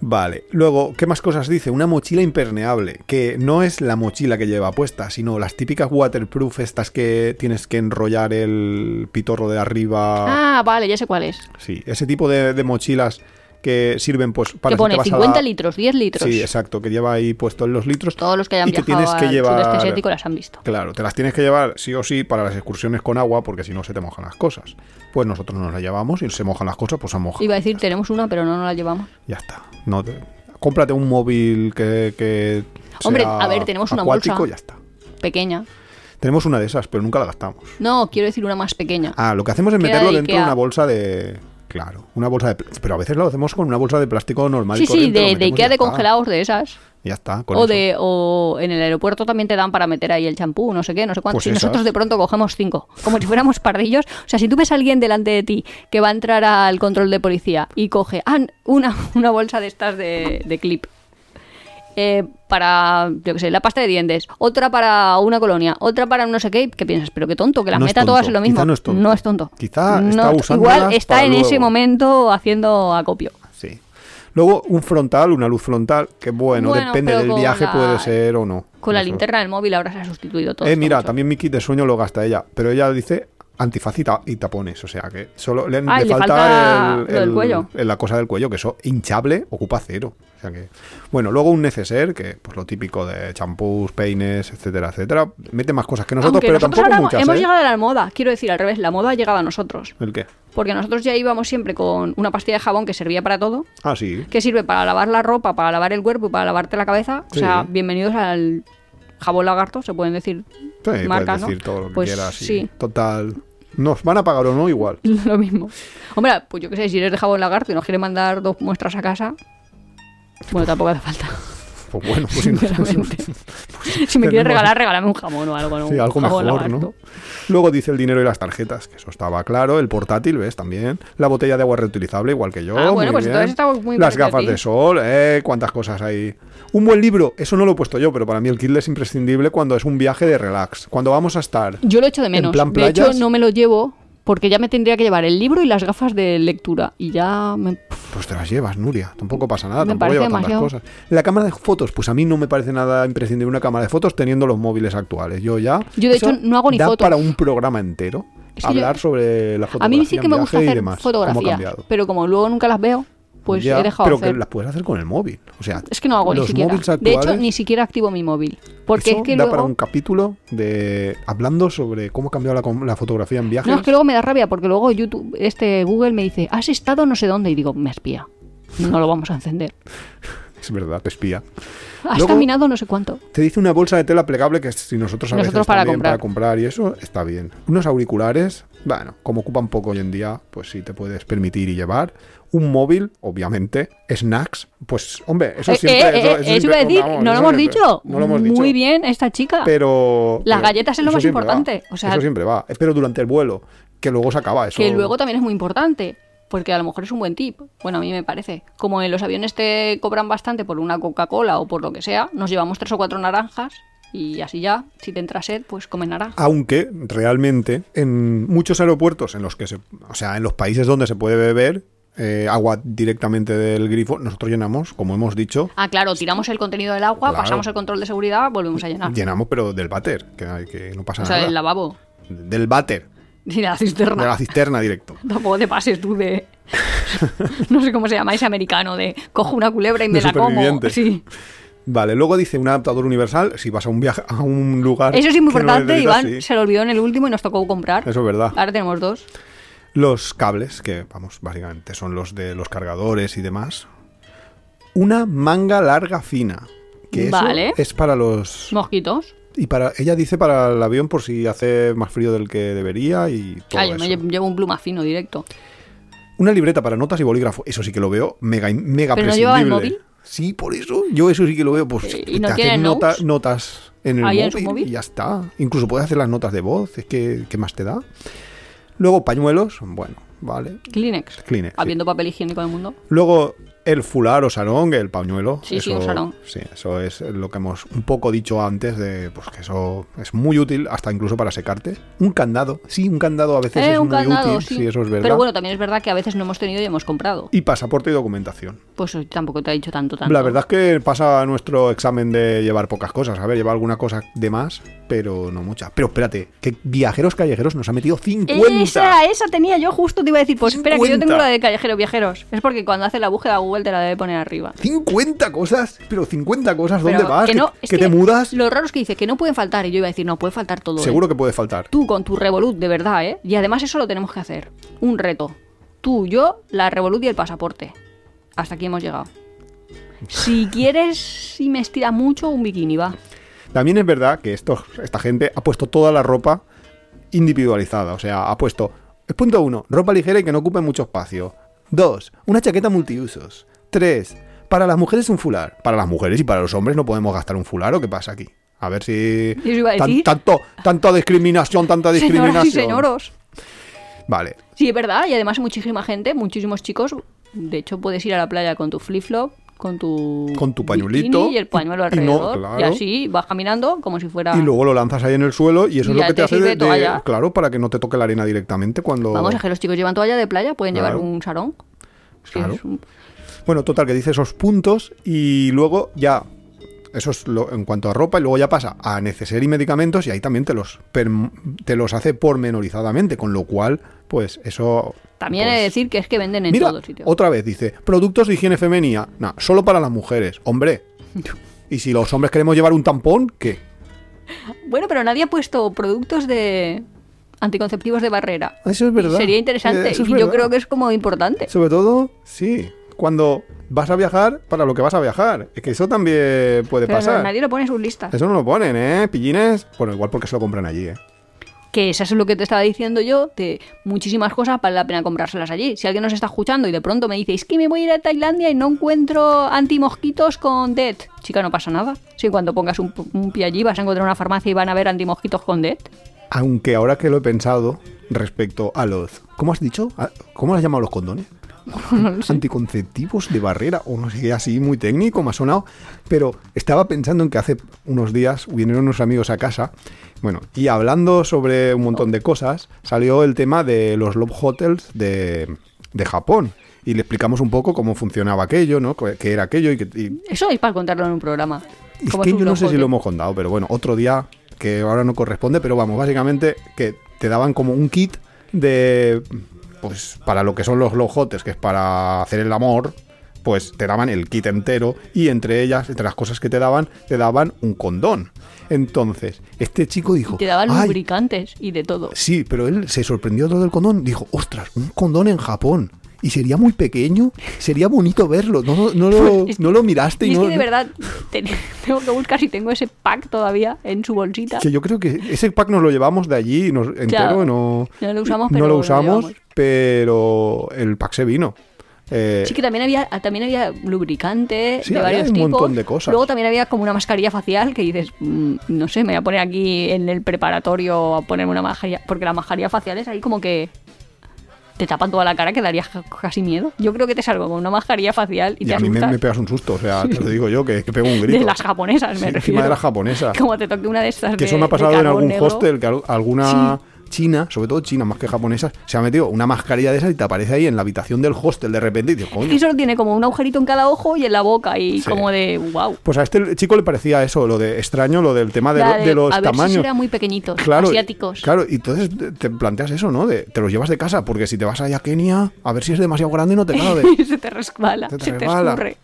Speaker 2: Vale, luego, ¿qué más cosas dice? Una mochila impermeable, que no es la mochila que lleva puesta, sino las típicas waterproof, estas que tienes que enrollar el pitorro de arriba.
Speaker 1: Ah, vale, ya sé cuál es.
Speaker 2: Sí, ese tipo de, de mochilas que sirven pues para
Speaker 1: Que pone
Speaker 2: vas a la-
Speaker 1: 50 litros, 10 litros.
Speaker 2: Sí, exacto, que lleva ahí puesto en los litros.
Speaker 1: Todos los que hayan
Speaker 2: y que
Speaker 1: viajado
Speaker 2: tienes que
Speaker 1: al sudeste
Speaker 2: llevar-
Speaker 1: asiático las han visto.
Speaker 2: Claro, te las tienes que llevar sí o sí para las excursiones con agua, porque si no se te mojan las cosas. Pues nosotros nos las llevamos y se mojan las cosas, pues se mojan.
Speaker 1: Iba a decir, tenemos una, pero no nos la llevamos.
Speaker 2: Ya está. No te- Cómprate un móvil que. que
Speaker 1: Hombre,
Speaker 2: sea
Speaker 1: a ver, tenemos una
Speaker 2: acuático,
Speaker 1: bolsa.
Speaker 2: ya está.
Speaker 1: Pequeña.
Speaker 2: Tenemos una de esas, pero nunca la gastamos.
Speaker 1: No, quiero decir una más pequeña.
Speaker 2: Ah, lo que hacemos es
Speaker 1: Queda
Speaker 2: meterlo
Speaker 1: de
Speaker 2: dentro de
Speaker 1: Ikea.
Speaker 2: una bolsa de. Claro, una bolsa de. pl- Pero a veces lo hacemos con una bolsa de plástico normal. y
Speaker 1: sí, sí,
Speaker 2: corriente, lo
Speaker 1: de, de
Speaker 2: metemos y
Speaker 1: Ikea
Speaker 2: ya
Speaker 1: de
Speaker 2: está.
Speaker 1: congelados de esas.
Speaker 2: Ya está. con
Speaker 1: O,
Speaker 2: eso.
Speaker 1: de, o en el aeropuerto también te dan para meter ahí el champú, no sé qué, no sé cuánto.
Speaker 2: Pues
Speaker 1: si nosotros
Speaker 2: esas.
Speaker 1: de pronto cogemos cinco, como si fuéramos pardillos. O sea, si tú ves a alguien delante de ti que va a entrar al control de policía y coge ah, una, una bolsa de estas de, de clip eh, para, yo qué sé, la pasta de dientes, otra para una colonia, otra para no sé qué, que piensas, pero qué tonto, que las
Speaker 2: No es
Speaker 1: meta todas
Speaker 2: tonto,
Speaker 1: en lo mismo.
Speaker 2: quizá no es tonto. Quizá
Speaker 1: No
Speaker 2: está
Speaker 1: es-
Speaker 2: usándolas
Speaker 1: Igual está
Speaker 2: para
Speaker 1: en ese
Speaker 2: luego.
Speaker 1: momento haciendo acopio.
Speaker 2: Sí. Luego un frontal, una luz frontal, que bueno,
Speaker 1: Bueno,
Speaker 2: depende
Speaker 1: pero
Speaker 2: del
Speaker 1: con
Speaker 2: viaje
Speaker 1: la-
Speaker 2: puede ser o no.
Speaker 1: Con la
Speaker 2: Eso.
Speaker 1: linterna del móvil ahora se ha sustituido todo.
Speaker 2: Eh,
Speaker 1: esto
Speaker 2: mira,
Speaker 1: mucho.
Speaker 2: también mi kit de sueño lo gasta ella, pero ella dice antifaz y, ta- y tapones, o sea que solo le,
Speaker 1: Ah, y
Speaker 2: le
Speaker 1: le
Speaker 2: falta,
Speaker 1: falta
Speaker 2: el-
Speaker 1: lo del
Speaker 2: el-
Speaker 1: cuello.
Speaker 2: el- la cosa del cuello, que eso hinchable ocupa cero. O sea que, bueno, luego un neceser, que pues lo típico de champús, peines, etcétera, etcétera. Mete más cosas que nosotros,
Speaker 1: Aunque
Speaker 2: pero
Speaker 1: nosotros
Speaker 2: tampoco
Speaker 1: ahora
Speaker 2: muchas.
Speaker 1: hemos
Speaker 2: ¿eh?
Speaker 1: llegado a la moda, quiero decir al revés, la moda ha llegado a nosotros.
Speaker 2: ¿El qué?
Speaker 1: Porque nosotros ya íbamos siempre con una pastilla de jabón que servía para todo,
Speaker 2: Ah, sí.
Speaker 1: que sirve para lavar la ropa, para lavar el cuerpo y para lavarte la cabeza. O
Speaker 2: Sí.
Speaker 1: sea, bienvenidos al jabón lagarto, se pueden decir
Speaker 2: Sí, puedes
Speaker 1: marcas,
Speaker 2: decir
Speaker 1: ¿no?
Speaker 2: todo lo que
Speaker 1: Pues
Speaker 2: quieras. y-
Speaker 1: sí.
Speaker 2: Total. Nos van a pagar o no igual.
Speaker 1: lo mismo. Hombre, pues yo qué sé, si eres de jabón lagarto y nos quieres mandar dos muestras a casa, bueno, tampoco hace falta,
Speaker 2: Pues bueno, pues si no-
Speaker 1: sinceramente. si me
Speaker 2: tenemos-
Speaker 1: quieres regalar, regálame un jamón o algo, ¿no?
Speaker 2: Sí,
Speaker 1: Un
Speaker 2: algo
Speaker 1: jabón
Speaker 2: mejor, ¿no?
Speaker 1: lagarto.
Speaker 2: Luego dice el dinero y las tarjetas, que eso estaba claro. El portátil, ¿ves? También. La botella de agua reutilizable, igual que yo.
Speaker 1: Ah,
Speaker 2: muy
Speaker 1: bueno, pues
Speaker 2: bien.
Speaker 1: entonces estamos muy
Speaker 2: Las
Speaker 1: parecido a
Speaker 2: gafas
Speaker 1: ti.
Speaker 2: de sol, ¿eh? Cuántas cosas hay. Un buen libro, eso no lo he puesto yo, pero para mí el Kindle es imprescindible cuando es un viaje de relax. Cuando vamos a estar.
Speaker 1: Yo lo echo de menos.
Speaker 2: plan
Speaker 1: de hecho,
Speaker 2: playas?
Speaker 1: no me lo llevo porque ya me tendría que llevar el libro y las gafas de lectura. Y ya me...
Speaker 2: Pues te las llevas, Nuria. Tampoco pasa nada,
Speaker 1: Me
Speaker 2: tampoco
Speaker 1: parece
Speaker 2: lleva tantas
Speaker 1: demasiado.
Speaker 2: cosas. La cámara de fotos, pues a mí no me parece nada imprescindible una cámara de fotos teniendo los móviles actuales. Yo ya.
Speaker 1: Yo, de
Speaker 2: eso
Speaker 1: hecho, no hago ni
Speaker 2: da
Speaker 1: fotos.
Speaker 2: para un programa entero.
Speaker 1: Es que yo-
Speaker 2: hablar sobre la fotografía.
Speaker 1: A mí sí que
Speaker 2: en
Speaker 1: me gusta
Speaker 2: viaje y
Speaker 1: hacer
Speaker 2: demás, cómo ha
Speaker 1: fotografías,
Speaker 2: cambiado.
Speaker 1: pero como luego nunca las veo, pues
Speaker 2: Ya,
Speaker 1: he dejado
Speaker 2: pero
Speaker 1: hacer.
Speaker 2: que las puedes hacer con el móvil. O sea,
Speaker 1: Es que no hago ni
Speaker 2: los
Speaker 1: siquiera.
Speaker 2: móviles
Speaker 1: De
Speaker 2: actuales,
Speaker 1: hecho, ni siquiera activo mi móvil. Porque
Speaker 2: eso
Speaker 1: es que
Speaker 2: da
Speaker 1: luego...
Speaker 2: para un capítulo de hablando sobre cómo ha cambiado la, com- la fotografía en viajes.
Speaker 1: No, es que luego me da rabia porque luego YouTube, este Google me dice, has estado no sé dónde y digo, me espía. No lo vamos a encender.
Speaker 2: Es verdad, te espía.
Speaker 1: Has
Speaker 2: Luego-
Speaker 1: caminado no sé cuánto.
Speaker 2: Te dice una bolsa de tela plegable que si nosotros a
Speaker 1: Nosotros
Speaker 2: veces
Speaker 1: para
Speaker 2: también
Speaker 1: comprar.
Speaker 2: para comprar y eso está bien. Unos auriculares, bueno, como ocupan poco hoy en día, pues sí te puedes permitir y llevar. Un móvil, obviamente. Snacks, pues hombre, eso
Speaker 1: Eh,
Speaker 2: siempre.
Speaker 1: eh, eh,
Speaker 2: eso- eso
Speaker 1: eso
Speaker 2: siempre-
Speaker 1: iba a decir,
Speaker 2: vamos,
Speaker 1: no lo
Speaker 2: eso
Speaker 1: hemos
Speaker 2: siempre-
Speaker 1: dicho.
Speaker 2: No lo hemos
Speaker 1: Muy
Speaker 2: dicho.
Speaker 1: bien esta chica.
Speaker 2: pero
Speaker 1: Las
Speaker 2: pero
Speaker 1: galletas es lo
Speaker 2: eso
Speaker 1: más
Speaker 2: siempre
Speaker 1: importante,
Speaker 2: va.
Speaker 1: o sea-
Speaker 2: eso siempre va Eh, pero durante el vuelo que luego se acaba eso
Speaker 1: Que luego también es muy importante, porque a lo mejor es un buen tip. Bueno, a mí me parece. Como en los aviones te cobran bastante por una Coca-Cola o por lo que sea, nos llevamos tres o cuatro naranjas y así ya, si te entra sed, pues comes naranja.
Speaker 2: aunque realmente en muchos aeropuertos en los que se o sea en los países donde se puede beber eh, agua directamente del grifo nosotros llenamos como hemos dicho
Speaker 1: Ah, claro, tiramos el contenido del agua,
Speaker 2: Claro.
Speaker 1: pasamos el control de seguridad, volvemos a llenar.
Speaker 2: llenamos pero del váter que, hay- que no pasa
Speaker 1: Ah. o sea,
Speaker 2: nada
Speaker 1: el lavabo
Speaker 2: del váter
Speaker 1: y la
Speaker 2: de la
Speaker 1: cisterna.
Speaker 2: cisterna directo
Speaker 1: Tampoco te pases tú de. no sé cómo se llama ese americano, de cojo una culebra y me
Speaker 2: De
Speaker 1: la como.
Speaker 2: superviviente.
Speaker 1: Sí.
Speaker 2: vale luego dice un adaptador universal si vas a un viaje a un lugar
Speaker 1: Eso es muy
Speaker 2: que no
Speaker 1: importante,
Speaker 2: necesitas,
Speaker 1: Iván.
Speaker 2: sí.
Speaker 1: Se lo olvidó en el último y nos tocó comprar.
Speaker 2: eso es verdad
Speaker 1: Ahora tenemos dos.
Speaker 2: Los cables, que vamos, básicamente son los de los cargadores y demás. una manga larga fina. Que eso
Speaker 1: Vale.
Speaker 2: es para los.
Speaker 1: Mosquitos.
Speaker 2: Y para. Ella dice para el avión por si hace más frío del que debería y todo
Speaker 1: Ah, yo
Speaker 2: eso.
Speaker 1: me lle- llevo un pluma fino directo.
Speaker 2: Una libreta para notas y bolígrafo. Eso sí que lo veo mega, mega
Speaker 1: ¿Pero no
Speaker 2: prescindible.
Speaker 1: llevaba el móvil?
Speaker 2: Sí, por eso. Yo eso sí que lo veo. Pues,
Speaker 1: ¿Y no
Speaker 2: te haces
Speaker 1: tiene
Speaker 2: nota-
Speaker 1: notes?
Speaker 2: notas en el
Speaker 1: ¿Ahí
Speaker 2: móvil,
Speaker 1: en su móvil?
Speaker 2: y ya está. Incluso puedes hacer las notas de voz. Es que, ¿qué más te da? Luego pañuelos. Bueno, vale.
Speaker 1: Kleenex.
Speaker 2: Kleenex, sí.
Speaker 1: Habiendo papel higiénico en el mundo.
Speaker 2: Luego el fular o sarong, el pañuelo.
Speaker 1: Sí, sí, un sarong.
Speaker 2: Sí, eso es lo que hemos un poco dicho antes de pues que eso es muy útil hasta incluso para secarte. Un candado. Sí, un candado a veces
Speaker 1: Eh,
Speaker 2: es
Speaker 1: un
Speaker 2: muy
Speaker 1: candado,
Speaker 2: útil.
Speaker 1: sí.
Speaker 2: eso es verdad.
Speaker 1: Pero bueno, también es verdad que a veces no hemos tenido y hemos comprado.
Speaker 2: Y pasaporte y documentación.
Speaker 1: Pues hoy tampoco te ha dicho tanto, tanto.
Speaker 2: La verdad es que pasa nuestro examen de llevar pocas cosas. A ver, lleva alguna cosa de más, pero no muchas. Pero espérate, que viajeros callejeros nos ha metido 50.
Speaker 1: Esa, esa tenía yo justo, te iba a decir, pues espera, que yo
Speaker 2: 50.
Speaker 1: tengo la de callejeros viajeros. Es porque cuando hace la búsqueda Google te la debe poner arriba.
Speaker 2: 50 cosas, pero 50 cosas, ¿dónde
Speaker 1: Pero
Speaker 2: vas?
Speaker 1: Que, no,
Speaker 2: ¿Que-
Speaker 1: es
Speaker 2: que te mudas?
Speaker 1: Lo raro es que dice que no pueden faltar. Y yo iba a decir, no, puede faltar todo. ¿eh?
Speaker 2: Seguro que puede faltar.
Speaker 1: Tú con tu Revolut, de verdad, ¿eh? Y además eso lo tenemos que hacer. Un reto. Tú, yo, la Revolut y el pasaporte. Hasta aquí hemos llegado. Si quieres, si me estira mucho, un bikini, va.
Speaker 2: También es verdad que estos- esta gente ha puesto toda la ropa individualizada. O sea, ha puesto. el Punto 1. Ropa ligera y que no ocupe mucho espacio. 2. Una chaqueta multiusos. 3. Para las mujeres un fular. Para las mujeres y para los hombres no podemos gastar un fular. ¿O qué pasa aquí? A ver si.
Speaker 1: Yo os iba a decir.
Speaker 2: tanto, tanta discriminación, tanta
Speaker 1: Señoras
Speaker 2: discriminación.
Speaker 1: y señoros.
Speaker 2: Vale.
Speaker 1: Sí, es verdad. Y además muchísima gente, muchísimos chicos. De hecho, puedes ir a la playa con tu flip-flop, con tu...
Speaker 2: Con tu pañuelito.
Speaker 1: bikini Y el pañuelo
Speaker 2: Y- y no,
Speaker 1: alrededor. Y,
Speaker 2: claro.
Speaker 1: así vas caminando como si fuera...
Speaker 2: Y luego lo lanzas ahí en el suelo y eso
Speaker 1: Y
Speaker 2: es lo
Speaker 1: ya
Speaker 2: que te,
Speaker 1: te
Speaker 2: hace
Speaker 1: sirve
Speaker 2: de, de-
Speaker 1: toalla.
Speaker 2: Claro, para que no te toque la arena directamente cuando.
Speaker 1: Vamos, a que los chicos llevan toalla de playa, pueden
Speaker 2: Claro.
Speaker 1: llevar un sarón. Es que
Speaker 2: Claro.
Speaker 1: es un-
Speaker 2: Bueno, total, que dice esos puntos y luego ya. Eso es lo, en cuanto a ropa, y luego ya pasa a neceser y medicamentos, y ahí también te los, perm- te los hace pormenorizadamente, con lo cual, pues eso.
Speaker 1: También he
Speaker 2: pues,
Speaker 1: de decir que es que venden en
Speaker 2: Mira,
Speaker 1: todos sitios.
Speaker 2: otra vez dice: productos de higiene femenina, nah, solo para las mujeres, hombre. Y si los hombres queremos llevar un tampón, ¿qué?
Speaker 1: Bueno, pero nadie ha puesto productos de anticonceptivos de barrera.
Speaker 2: Eso es
Speaker 1: Y
Speaker 2: verdad.
Speaker 1: Sería interesante.
Speaker 2: Eso es
Speaker 1: y yo
Speaker 2: verdad.
Speaker 1: creo que es como importante.
Speaker 2: Sobre todo, sí, cuando vas a viajar para lo que vas a viajar. Es que eso también puede
Speaker 1: Pero
Speaker 2: pasar.
Speaker 1: nadie lo pone en sus listas.
Speaker 2: Eso no lo ponen, ¿eh? Pillines. Bueno, igual porque se lo compran allí, ¿eh?
Speaker 1: Que eso es lo que te estaba diciendo yo, de muchísimas cosas vale la pena comprárselas allí. Si alguien nos está escuchando y de pronto me dice, es que me voy a ir a Tailandia y no encuentro antimosquitos con DET. Chica, no pasa nada. Si cuando pongas un, un pie allí vas a encontrar una farmacia y van a ver antimosquitos con DET.
Speaker 2: Aunque ahora que lo he pensado respecto a los... ¿Cómo has dicho? ¿A- ¿Cómo lo has llamado los condones? Anticonceptivos de barrera o no sé qué, así muy técnico, me ha sonado. Pero estaba pensando en que hace unos días vinieron unos amigos a casa, bueno, y hablando sobre un montón de cosas, salió el tema de los love hotels de, de Japón. Y le explicamos un poco cómo funcionaba aquello, ¿no? Qué qué era aquello y, que, y
Speaker 1: Eso es para contarlo en un programa.
Speaker 2: es
Speaker 1: Como
Speaker 2: que
Speaker 1: es un
Speaker 2: yo no sé
Speaker 1: loco,
Speaker 2: si
Speaker 1: ¿eh?
Speaker 2: lo hemos contado, pero bueno, otro día que ahora no corresponde, pero vamos, básicamente que te daban como un kit de. Pues para lo que son los lojotes, que es para hacer el amor, pues te daban el kit entero y entre ellas, entre las cosas que te daban, te daban un condón. Entonces, este chico dijo.
Speaker 1: Te daban
Speaker 2: "Ay,
Speaker 1: lubricantes y de todo.
Speaker 2: Sí, pero él se sorprendió todo del condón. Dijo, ostras, un condón en Japón. Y sería muy pequeño, sería bonito verlo. No, no, no lo,
Speaker 1: Es que-
Speaker 2: no lo miraste y,
Speaker 1: Y es
Speaker 2: no-
Speaker 1: que de
Speaker 2: no-
Speaker 1: verdad te- tengo que buscar si tengo ese pack todavía en su bolsita.
Speaker 2: Que yo creo que ese pack nos lo llevamos de allí nos, entero,
Speaker 1: Claro.
Speaker 2: no,
Speaker 1: No lo usamos,
Speaker 2: no
Speaker 1: pero
Speaker 2: lo
Speaker 1: lo
Speaker 2: usamos,
Speaker 1: llevamos.
Speaker 2: pero el pack se vino. Eh,
Speaker 1: Sí que también había, también había lubricante
Speaker 2: Sí,
Speaker 1: de
Speaker 2: había
Speaker 1: varios
Speaker 2: un
Speaker 1: tipos.
Speaker 2: montón de cosas.
Speaker 1: Luego también había como una mascarilla facial que dices, mm, no sé, me voy a poner aquí en el preparatorio a ponerme una mascarilla, porque las mascarillas faciales ahí como que te tapan toda la cara que darías ca- casi miedo. Yo creo que te salgo con una mascarilla facial y,
Speaker 2: y
Speaker 1: te
Speaker 2: a mí me,
Speaker 1: asustas.
Speaker 2: me pegas un susto, o sea, te lo digo yo, que, que pego un grito.
Speaker 1: de las japonesas
Speaker 2: Sí,
Speaker 1: me refiero.
Speaker 2: encima de las japonesas.
Speaker 1: Como te toque una de estas
Speaker 2: que
Speaker 1: de-
Speaker 2: eso me ha
Speaker 1: de
Speaker 2: pasado en
Speaker 1: carbón
Speaker 2: algún
Speaker 1: negro.
Speaker 2: hostel, que al- alguna china, sobre todo china más que japonesa, se ha metido una mascarilla de esas y te aparece ahí en la habitación del hostel de repente y dices, coño.
Speaker 1: Y solo tiene como un agujerito en cada ojo y en la boca y
Speaker 2: Sí.
Speaker 1: como de wow.
Speaker 2: Pues a este chico le parecía eso, lo de extraño, lo del tema Ah, de,
Speaker 1: La
Speaker 2: lo- de los
Speaker 1: a ver si
Speaker 2: tamaños.
Speaker 1: serán muy pequeñitos,
Speaker 2: claro,
Speaker 1: asiáticos.
Speaker 2: Claro, y entonces te- te planteas eso, ¿no? De, te los llevas de casa, porque si te vas allá a Kenia, a ver si es demasiado grande y no te cabe.
Speaker 1: se te resbala,
Speaker 2: Se te
Speaker 1: se te
Speaker 2: resbala.
Speaker 1: escurre.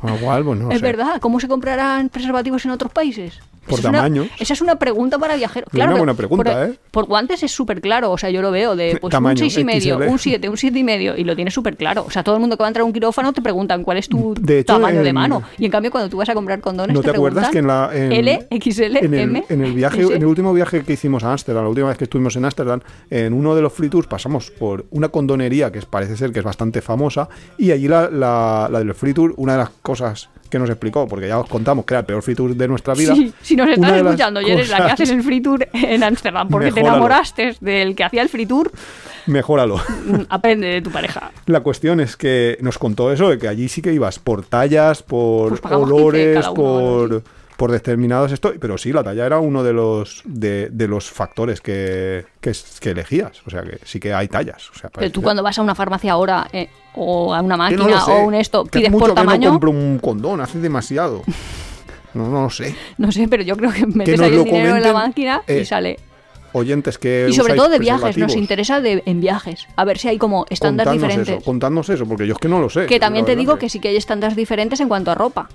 Speaker 2: Con lo cual, pues no
Speaker 1: es
Speaker 2: sé.
Speaker 1: verdad, ¿cómo se comprarán preservativos en otros países?
Speaker 2: Por
Speaker 1: Esa es una-
Speaker 2: tamaños.
Speaker 1: esa es una pregunta para viajeros. Claro,
Speaker 2: una
Speaker 1: pero
Speaker 2: buena pregunta,
Speaker 1: por,
Speaker 2: ¿eh?
Speaker 1: Por guantes es súper claro, o sea, yo lo veo de pues,
Speaker 2: Tamaño,
Speaker 1: un 6,5, y medio,
Speaker 2: XL.
Speaker 1: un 7, un 7,5, y medio, y lo tienes súper claro. O sea, todo el mundo que va a entrar a un quirófano te preguntan cuál es tu
Speaker 2: De hecho,
Speaker 1: tamaño de
Speaker 2: en-
Speaker 1: mano. Y en cambio, cuando tú vas a comprar condones,
Speaker 2: ¿No
Speaker 1: te,
Speaker 2: te acuerdas
Speaker 1: preguntan
Speaker 2: que en la- en-
Speaker 1: L, XL,
Speaker 2: en el,
Speaker 1: ¿eh? M?
Speaker 2: en el viaje,
Speaker 1: ese.
Speaker 2: en el último viaje que hicimos a Ámsterdam, la última vez que estuvimos en Ámsterdam, en uno de los free tours pasamos por una condonería que es- parece ser que es bastante famosa y allí la, la, la del free tour, una de las cosas que nos explicó, porque ya os contamos que era el peor free tour de nuestra vida.
Speaker 1: Sí, si nos
Speaker 2: una
Speaker 1: estás
Speaker 2: de las
Speaker 1: escuchando y eres la que
Speaker 2: cosas-
Speaker 1: haces el free tour en Ámsterdam porque te
Speaker 2: Mejóralo.
Speaker 1: enamoraste del que hacía el free tour,
Speaker 2: Mejóralo.
Speaker 1: mm, aprende de tu pareja.
Speaker 2: La cuestión es que nos contó eso, de que allí sí que ibas por tallas, por
Speaker 1: Pues pagamos 15
Speaker 2: olores,
Speaker 1: cada uno,
Speaker 2: por,
Speaker 1: ¿no?
Speaker 2: por determinados esto, pero sí, la talla era uno de los de, de los factores que, que, es- que elegías. O sea que sí que hay tallas. O sea, pues
Speaker 1: Pero tú
Speaker 2: parece-
Speaker 1: cuando vas a una farmacia ahora eh, o a una
Speaker 2: Que
Speaker 1: máquina
Speaker 2: no lo sé,
Speaker 1: o un esto,
Speaker 2: que
Speaker 1: pides
Speaker 2: hace mucho
Speaker 1: por
Speaker 2: que
Speaker 1: tamaño,
Speaker 2: no compro un condón, hace demasiado. No, no lo sé.
Speaker 1: no sé, pero yo creo que metes
Speaker 2: nos
Speaker 1: ahí
Speaker 2: lo
Speaker 1: el dinero en la
Speaker 2: comenten,
Speaker 1: máquina y
Speaker 2: eh,
Speaker 1: sale.
Speaker 2: Oyentes que
Speaker 1: Y sobre
Speaker 2: usáis
Speaker 1: todo de viajes, nos
Speaker 2: preservativos,
Speaker 1: interesa de, en viajes, a ver si hay como estándares
Speaker 2: contadnos
Speaker 1: diferentes.
Speaker 2: Eso, contadnos eso, porque yo es que no lo sé.
Speaker 1: que también
Speaker 2: la
Speaker 1: te
Speaker 2: verdad
Speaker 1: digo que sí que hay estándares diferentes en cuanto a ropa.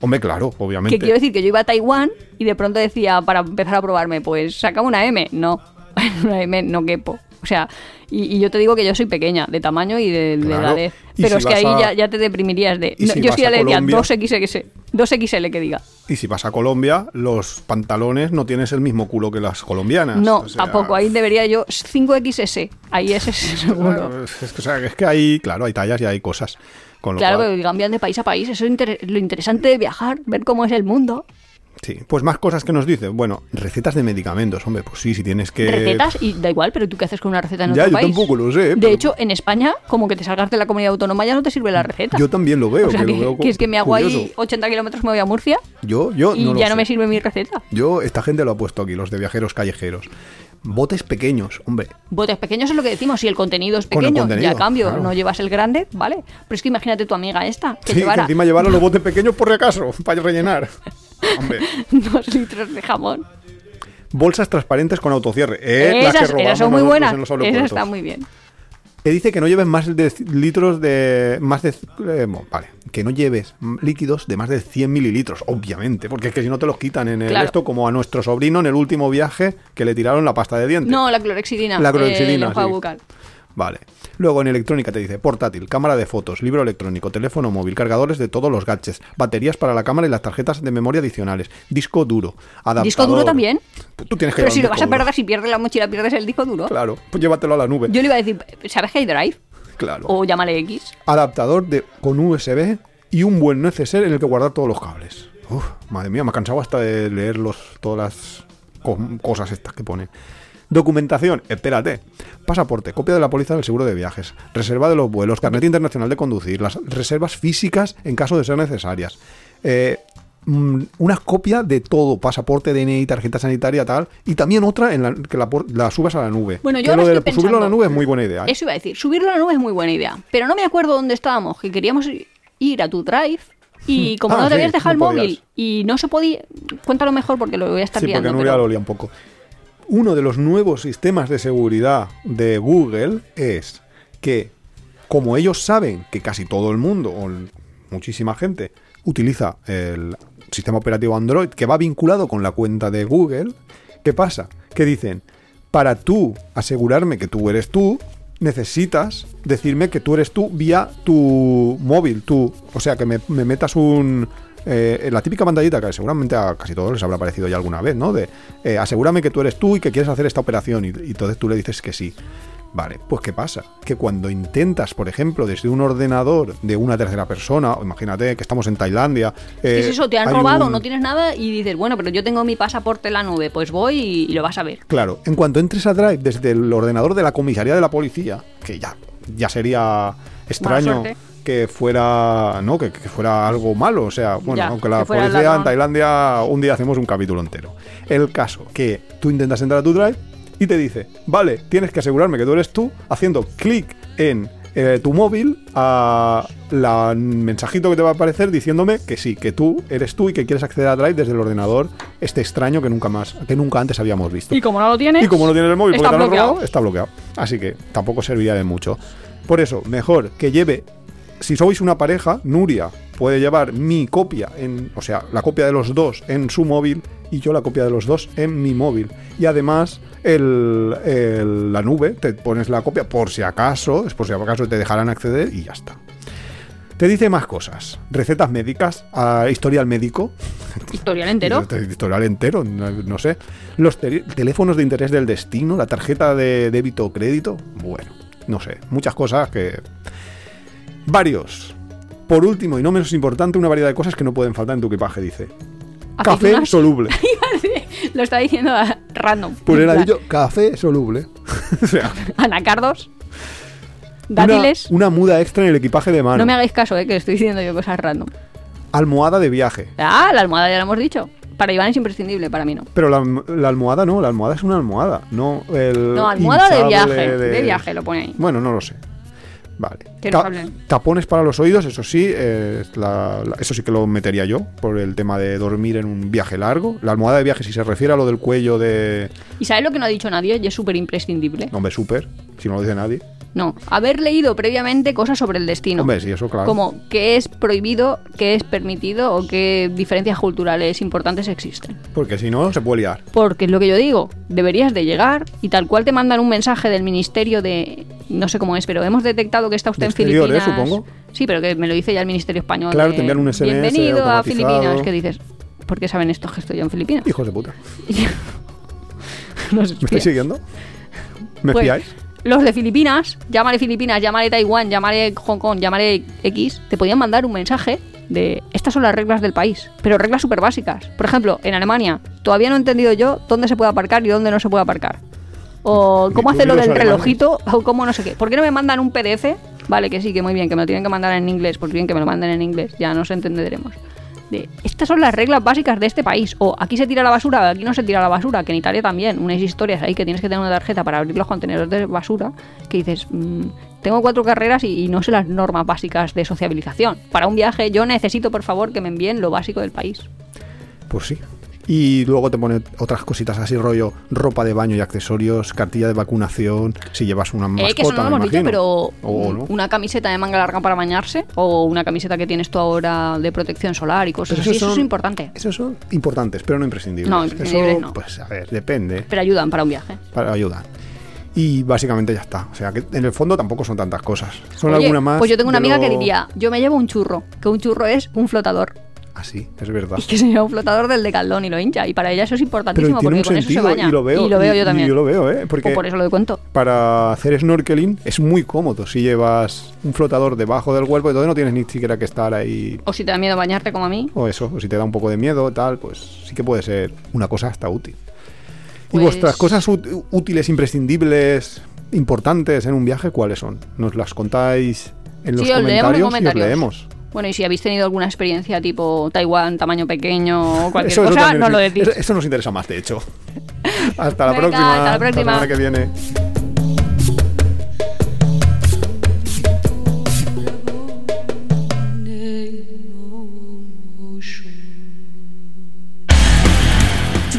Speaker 2: Hombre, claro, obviamente.
Speaker 1: Que quiero decir que yo iba a Taiwán y de pronto decía, para empezar a probarme, pues sacaba una M. No, una M no quepo. O sea, y, y yo te digo que yo soy pequeña, de tamaño y de, de
Speaker 2: Claro.
Speaker 1: edades.
Speaker 2: Y
Speaker 1: Pero
Speaker 2: si
Speaker 1: es que
Speaker 2: vas
Speaker 1: ahí
Speaker 2: a-
Speaker 1: ya, ya te deprimirías de.
Speaker 2: y
Speaker 1: no,
Speaker 2: si
Speaker 1: yo
Speaker 2: vas
Speaker 1: sí ya
Speaker 2: a
Speaker 1: le decía
Speaker 2: Colombia-
Speaker 1: 2XL, 2XL que diga.
Speaker 2: Y si vas a Colombia, los pantalones no tienes el mismo culo que las colombianas.
Speaker 1: No,
Speaker 2: Ah, o sea,
Speaker 1: tampoco. Ahí debería yo 5XS. Ahí ese es seguro.
Speaker 2: claro, Es, que- o sea, es que hay, claro, hay tallas y hay cosas. Con lo
Speaker 1: Claro,
Speaker 2: cual,
Speaker 1: que cambian de país a país. Eso es inter- lo interesante de viajar, ver cómo es el mundo.
Speaker 2: sí. Pues más cosas que nos dicen. Bueno, recetas de medicamentos, hombre, pues sí, si tienes que.
Speaker 1: recetas y da igual, pero tú qué haces con una receta en
Speaker 2: Ya,
Speaker 1: otro
Speaker 2: yo
Speaker 1: país.
Speaker 2: tampoco lo sé,
Speaker 1: De
Speaker 2: pero-
Speaker 1: hecho, en España, como que te salgas de la comunidad autónoma ya no te sirve la receta.
Speaker 2: Yo también lo veo.
Speaker 1: o sea,
Speaker 2: que,
Speaker 1: que,
Speaker 2: lo veo
Speaker 1: que es que me hago ahí
Speaker 2: curioso.
Speaker 1: 80 kilómetros, me voy a Murcia
Speaker 2: Yo, yo
Speaker 1: y
Speaker 2: no lo
Speaker 1: ya no
Speaker 2: sé.
Speaker 1: me sirve mi receta.
Speaker 2: Yo, esta gente lo ha puesto aquí, los de viajeros callejeros. Botes pequeños, hombre.
Speaker 1: Botes pequeños es lo que decimos, si el contenido es
Speaker 2: Con el
Speaker 1: pequeño y
Speaker 2: contenido,
Speaker 1: a cambio
Speaker 2: claro.
Speaker 1: no llevas el grande, ¿vale? Pero es que imagínate tu amiga esta, que
Speaker 2: Sí, que
Speaker 1: llevara
Speaker 2: encima llevaron los botes pequeños por si acaso, para rellenar. Hombre.
Speaker 1: dos litros de jamón.
Speaker 2: Bolsas transparentes con autocierre. Eh, las que
Speaker 1: esas,
Speaker 2: robamos
Speaker 1: esas son muy
Speaker 2: nosotros
Speaker 1: buenas,
Speaker 2: en los
Speaker 1: esas
Speaker 2: aeropuertos.
Speaker 1: están muy bien.
Speaker 2: Te dice que no lleves más de c- litros de. Más de. c- eh, mo- vale. Que no lleves mm, líquidos de más de 100 mililitros, obviamente. Porque es que si no te los quitan en el
Speaker 1: Claro.
Speaker 2: esto, como a nuestro sobrino en el último viaje que le tiraron la pasta de dientes.
Speaker 1: No, la clorexidina.
Speaker 2: La
Speaker 1: eh,
Speaker 2: clorexidina,
Speaker 1: la hoja
Speaker 2: sí.
Speaker 1: bucal.
Speaker 2: Vale. Luego en electrónica te dice portátil, cámara de fotos, libro electrónico, teléfono móvil, cargadores de todos los gadgets, baterías para la cámara y las tarjetas de memoria adicionales, disco duro, adaptador.
Speaker 1: ¿Disco duro también?
Speaker 2: Tú tienes que
Speaker 1: Pero
Speaker 2: llevar
Speaker 1: si
Speaker 2: un
Speaker 1: lo vas
Speaker 2: disco
Speaker 1: a perder,
Speaker 2: duro.
Speaker 1: si pierdes la mochila, pierdes el disco duro.
Speaker 2: Claro, pues llévatelo a la nube.
Speaker 1: Yo Oh, le iba a decir, ¿sabes que hay Drive?
Speaker 2: Claro.
Speaker 1: O llámale X.
Speaker 2: adaptador de, con USB y un buen neceser en el que guardar todos los cables. Uf, madre mía, me he cansado hasta de leer los- todas las co- cosas estas que ponen. Documentación, espérate. Pasaporte, copia de la póliza del seguro de viajes, reserva de los vuelos, carnet internacional de conducir, las reservas físicas en caso de ser necesarias. Eh, mm, una copia de todo, pasaporte, DNI, tarjeta sanitaria, tal, y también otra en la que la, por- la subas a la nube.
Speaker 1: Bueno, yo
Speaker 2: Que
Speaker 1: ahora
Speaker 2: lo de
Speaker 1: estoy
Speaker 2: subirlo a la
Speaker 1: pensando-
Speaker 2: nube es muy buena idea. ¿eh?
Speaker 1: Eso iba a decir, subirlo a la nube es muy buena idea. Pero no me acuerdo dónde estábamos, que queríamos ir a tu Drive y como
Speaker 2: Ah,
Speaker 1: no te
Speaker 2: sí,
Speaker 1: habías dejado
Speaker 2: no
Speaker 1: el móvil
Speaker 2: podías.
Speaker 1: y no se podía... Cuéntalo mejor porque lo voy a estar
Speaker 2: Sí, porque
Speaker 1: liando.
Speaker 2: Nuria
Speaker 1: pero-
Speaker 2: lo lía un poco. Uno de los nuevos sistemas de seguridad de Google es que, como ellos saben que casi todo el mundo, o el- muchísima gente, utiliza el sistema operativo Android que va vinculado con la cuenta de Google, ¿qué pasa? Que dicen, para tú asegurarme que tú eres tú, necesitas decirme que tú eres tú vía tu móvil, tú. O sea, que me, me metas un... eh, en la típica pantallita que seguramente a casi todos les habrá aparecido ya alguna vez, ¿no? De eh, asegúrame que tú eres tú y que quieres hacer esta operación y, y entonces tú le dices que sí. Vale, pues ¿qué pasa? Que cuando intentas, por ejemplo, desde un ordenador de una tercera persona, o imagínate que estamos en Tailandia...
Speaker 1: ¿Qué
Speaker 2: eh,
Speaker 1: es eso? Te han
Speaker 2: hay
Speaker 1: robado,
Speaker 2: un-
Speaker 1: no tienes nada y dices, bueno, pero yo tengo mi pasaporte en la nube, pues voy y, y lo vas a ver.
Speaker 2: Claro, en cuanto entres a Drive desde el ordenador de la comisaría de la policía, que ya, ya sería extraño
Speaker 1: suerte.
Speaker 2: que fuera no que, que fuera algo malo, o sea, bueno,
Speaker 1: Ya,
Speaker 2: aunque la
Speaker 1: que fuera
Speaker 2: policía
Speaker 1: ladrón.
Speaker 2: en Tailandia un día hacemos un capítulo entero. El caso que tú intentas entrar a tu Drive y te dice, "Vale, tienes que asegurarme que tú eres tú haciendo clic en eh, tu móvil a la mm, mensajito que te va a aparecer diciéndome que sí, que tú eres tú y que quieres acceder a Drive desde el ordenador este extraño que nunca más que nunca antes habíamos visto.
Speaker 1: Y como no lo tienes...
Speaker 2: Y como no tienes el móvil porque
Speaker 1: está
Speaker 2: te lo han
Speaker 1: bloqueado.
Speaker 2: robado, está bloqueado. Así que tampoco serviría de mucho. Por eso, mejor que lleve si sois una pareja, Nuria puede llevar mi copia, en, o sea, la copia de los dos en su móvil y yo la copia de los dos en mi móvil. Y además, el, el- la nube, te pones la copia por si acaso, es por si acaso te dejarán acceder y ya está. Te dice más cosas. Recetas médicas, ah, historial médico,
Speaker 1: Historial entero.
Speaker 2: el Historial entero, no, no sé. Los te- teléfonos de interés del destino, la tarjeta de débito o crédito. Bueno, no sé. Muchas cosas que. Varios. Por último y no menos importante, una variedad de cosas que no pueden faltar en tu equipaje, dice. Café
Speaker 1: Aceitunas.
Speaker 2: soluble. Pues
Speaker 1: Lo está diciendo a- random.
Speaker 2: Por
Speaker 1: En
Speaker 2: el
Speaker 1: plan,
Speaker 2: anillo, café soluble. o sea,
Speaker 1: Anacardos.
Speaker 2: una-
Speaker 1: Dátiles.
Speaker 2: Una, muda extra en el equipaje de mano.
Speaker 1: No me hagáis caso, eh, que estoy diciendo yo cosas random.
Speaker 2: Almohada de viaje.
Speaker 1: Ah, la almohada ya la hemos dicho. Para Iván es imprescindible, para mí no.
Speaker 2: Pero la, la almohada no, la almohada es una almohada. No, el
Speaker 1: No, almohada de
Speaker 2: hinchable
Speaker 1: viaje. De viaje lo pone ahí.
Speaker 2: Bueno, no lo sé. Vale.
Speaker 1: Que nos
Speaker 2: Ta-
Speaker 1: hablen.
Speaker 2: tapones para los oídos, eso sí, eh, la- la- eso sí que lo metería yo por el tema de dormir en un viaje largo. La almohada de viaje, si se refiere a lo del cuello de.
Speaker 1: ¿Y sabes lo que no ha dicho nadie? Y es súper imprescindible.
Speaker 2: Hombre, súper, si no lo dice nadie.
Speaker 1: No. Haber leído previamente cosas sobre el destino.
Speaker 2: Hombre, sí, eso claro.
Speaker 1: Como qué es prohibido, qué es permitido o qué diferencias culturales importantes existen.
Speaker 2: Porque si no, se puede liar.
Speaker 1: Porque es lo que yo digo, deberías de llegar y tal cual te mandan un mensaje del ministerio de no sé cómo es, pero hemos detectado que está usted
Speaker 2: De
Speaker 1: en
Speaker 2: exteriores,
Speaker 1: Filipinas.
Speaker 2: supongo.
Speaker 1: Sí, pero que me lo dice ya el ministerio español.
Speaker 2: Claro,
Speaker 1: de,
Speaker 2: te envían un SMS
Speaker 1: Bienvenido a
Speaker 2: automatizado".
Speaker 1: Filipinas, que dices, ¿por qué saben estos que estoy yo en Filipinas?
Speaker 2: Hijos de puta.
Speaker 1: Los
Speaker 2: ¿Me estáis
Speaker 1: espías.
Speaker 2: siguiendo? ¿Me
Speaker 1: Pues,
Speaker 2: espiáis?
Speaker 1: Los de Filipinas, llámale Filipinas, llámale Taiwán, llámale Hong Kong, llámale X, te podían mandar un mensaje de estas son las reglas del país, pero reglas súper básicas. Por ejemplo, en Alemania, todavía no he entendido yo dónde se puede aparcar y dónde no se puede aparcar. O
Speaker 2: Ni
Speaker 1: cómo
Speaker 2: tú
Speaker 1: hacerlo
Speaker 2: ni los
Speaker 1: del
Speaker 2: alemanes.
Speaker 1: relojito, o cómo no sé qué. ¿Por qué no me mandan un PDF? Vale, que sí, que muy bien, que me lo tienen que mandar en inglés, pues bien que me lo manden en inglés, ya nos entenderemos. De, estas son las reglas básicas de este país. O aquí se tira la basura, aquí no se tira la basura, que en Italia también. Unas historias ahí que tienes que tener una tarjeta para abrir los contenedores de basura, que dices, mm, tengo cuatro carreras y, y no sé las normas básicas de sociabilización. Para un viaje yo necesito, por favor, que me envíen lo básico del país.
Speaker 2: Pues sí. Y luego te pone otras cositas así, rollo ropa de baño y accesorios, cartilla de vacunación, si llevas una mascota,
Speaker 1: Eh, que eso no lo
Speaker 2: me
Speaker 1: hemos dicho,
Speaker 2: imagino.
Speaker 1: pero
Speaker 2: O
Speaker 1: mm,
Speaker 2: no.
Speaker 1: una camiseta de manga larga para bañarse o una camiseta que tienes tú ahora de protección solar y cosas
Speaker 2: Pero
Speaker 1: así,
Speaker 2: esos
Speaker 1: eso es
Speaker 2: son-
Speaker 1: importante.
Speaker 2: Esos son importantes, pero no imprescindibles.
Speaker 1: No, imprescindibles
Speaker 2: Eso,
Speaker 1: no.
Speaker 2: pues a ver, depende,
Speaker 1: Pero ayudan para un viaje.
Speaker 2: para ayudar. Y básicamente ya está. O sea, que en el fondo tampoco son tantas cosas. Son
Speaker 1: Oye,
Speaker 2: alguna más.
Speaker 1: Pues yo tengo una
Speaker 2: de
Speaker 1: amiga que
Speaker 2: lo-
Speaker 1: diría, yo me llevo un churro, que un churro es un flotador.
Speaker 2: Ah, sí, es verdad.
Speaker 1: Y que se lleva un flotador del decaldón y lo hincha. Y para ella eso es
Speaker 2: Pero
Speaker 1: importantísimo
Speaker 2: tiene
Speaker 1: porque
Speaker 2: un
Speaker 1: con eso
Speaker 2: sentido
Speaker 1: se baña.
Speaker 2: y lo veo.
Speaker 1: yo también.
Speaker 2: y yo lo veo, ¿eh? Porque
Speaker 1: Pues por eso lo cuento.
Speaker 2: para hacer snorkeling es muy cómodo si llevas un flotador debajo del cuerpo, entonces no tienes ni siquiera que estar ahí
Speaker 1: O si te da miedo bañarte como a mí,
Speaker 2: o eso, o si te da un poco de miedo, tal, pues sí que puede ser una cosa hasta útil.
Speaker 1: Pues-
Speaker 2: ¿Y vuestras cosas ú- útiles, imprescindibles, importantes en un viaje, cuáles son? Nos las contáis en los
Speaker 1: Sí, os leemos en
Speaker 2: comentarios y os
Speaker 1: comentarios.
Speaker 2: leemos.
Speaker 1: bueno, y si habéis tenido alguna experiencia tipo Taiwán, tamaño pequeño o cualquier
Speaker 2: Eso, eso
Speaker 1: cosa,
Speaker 2: también
Speaker 1: no
Speaker 2: nos-
Speaker 1: lo decís.
Speaker 2: eso- eso nos interesa más, de hecho. hasta, la
Speaker 1: Venga,
Speaker 2: próxima,
Speaker 1: hasta la próxima.
Speaker 2: semana que viene.
Speaker 1: Si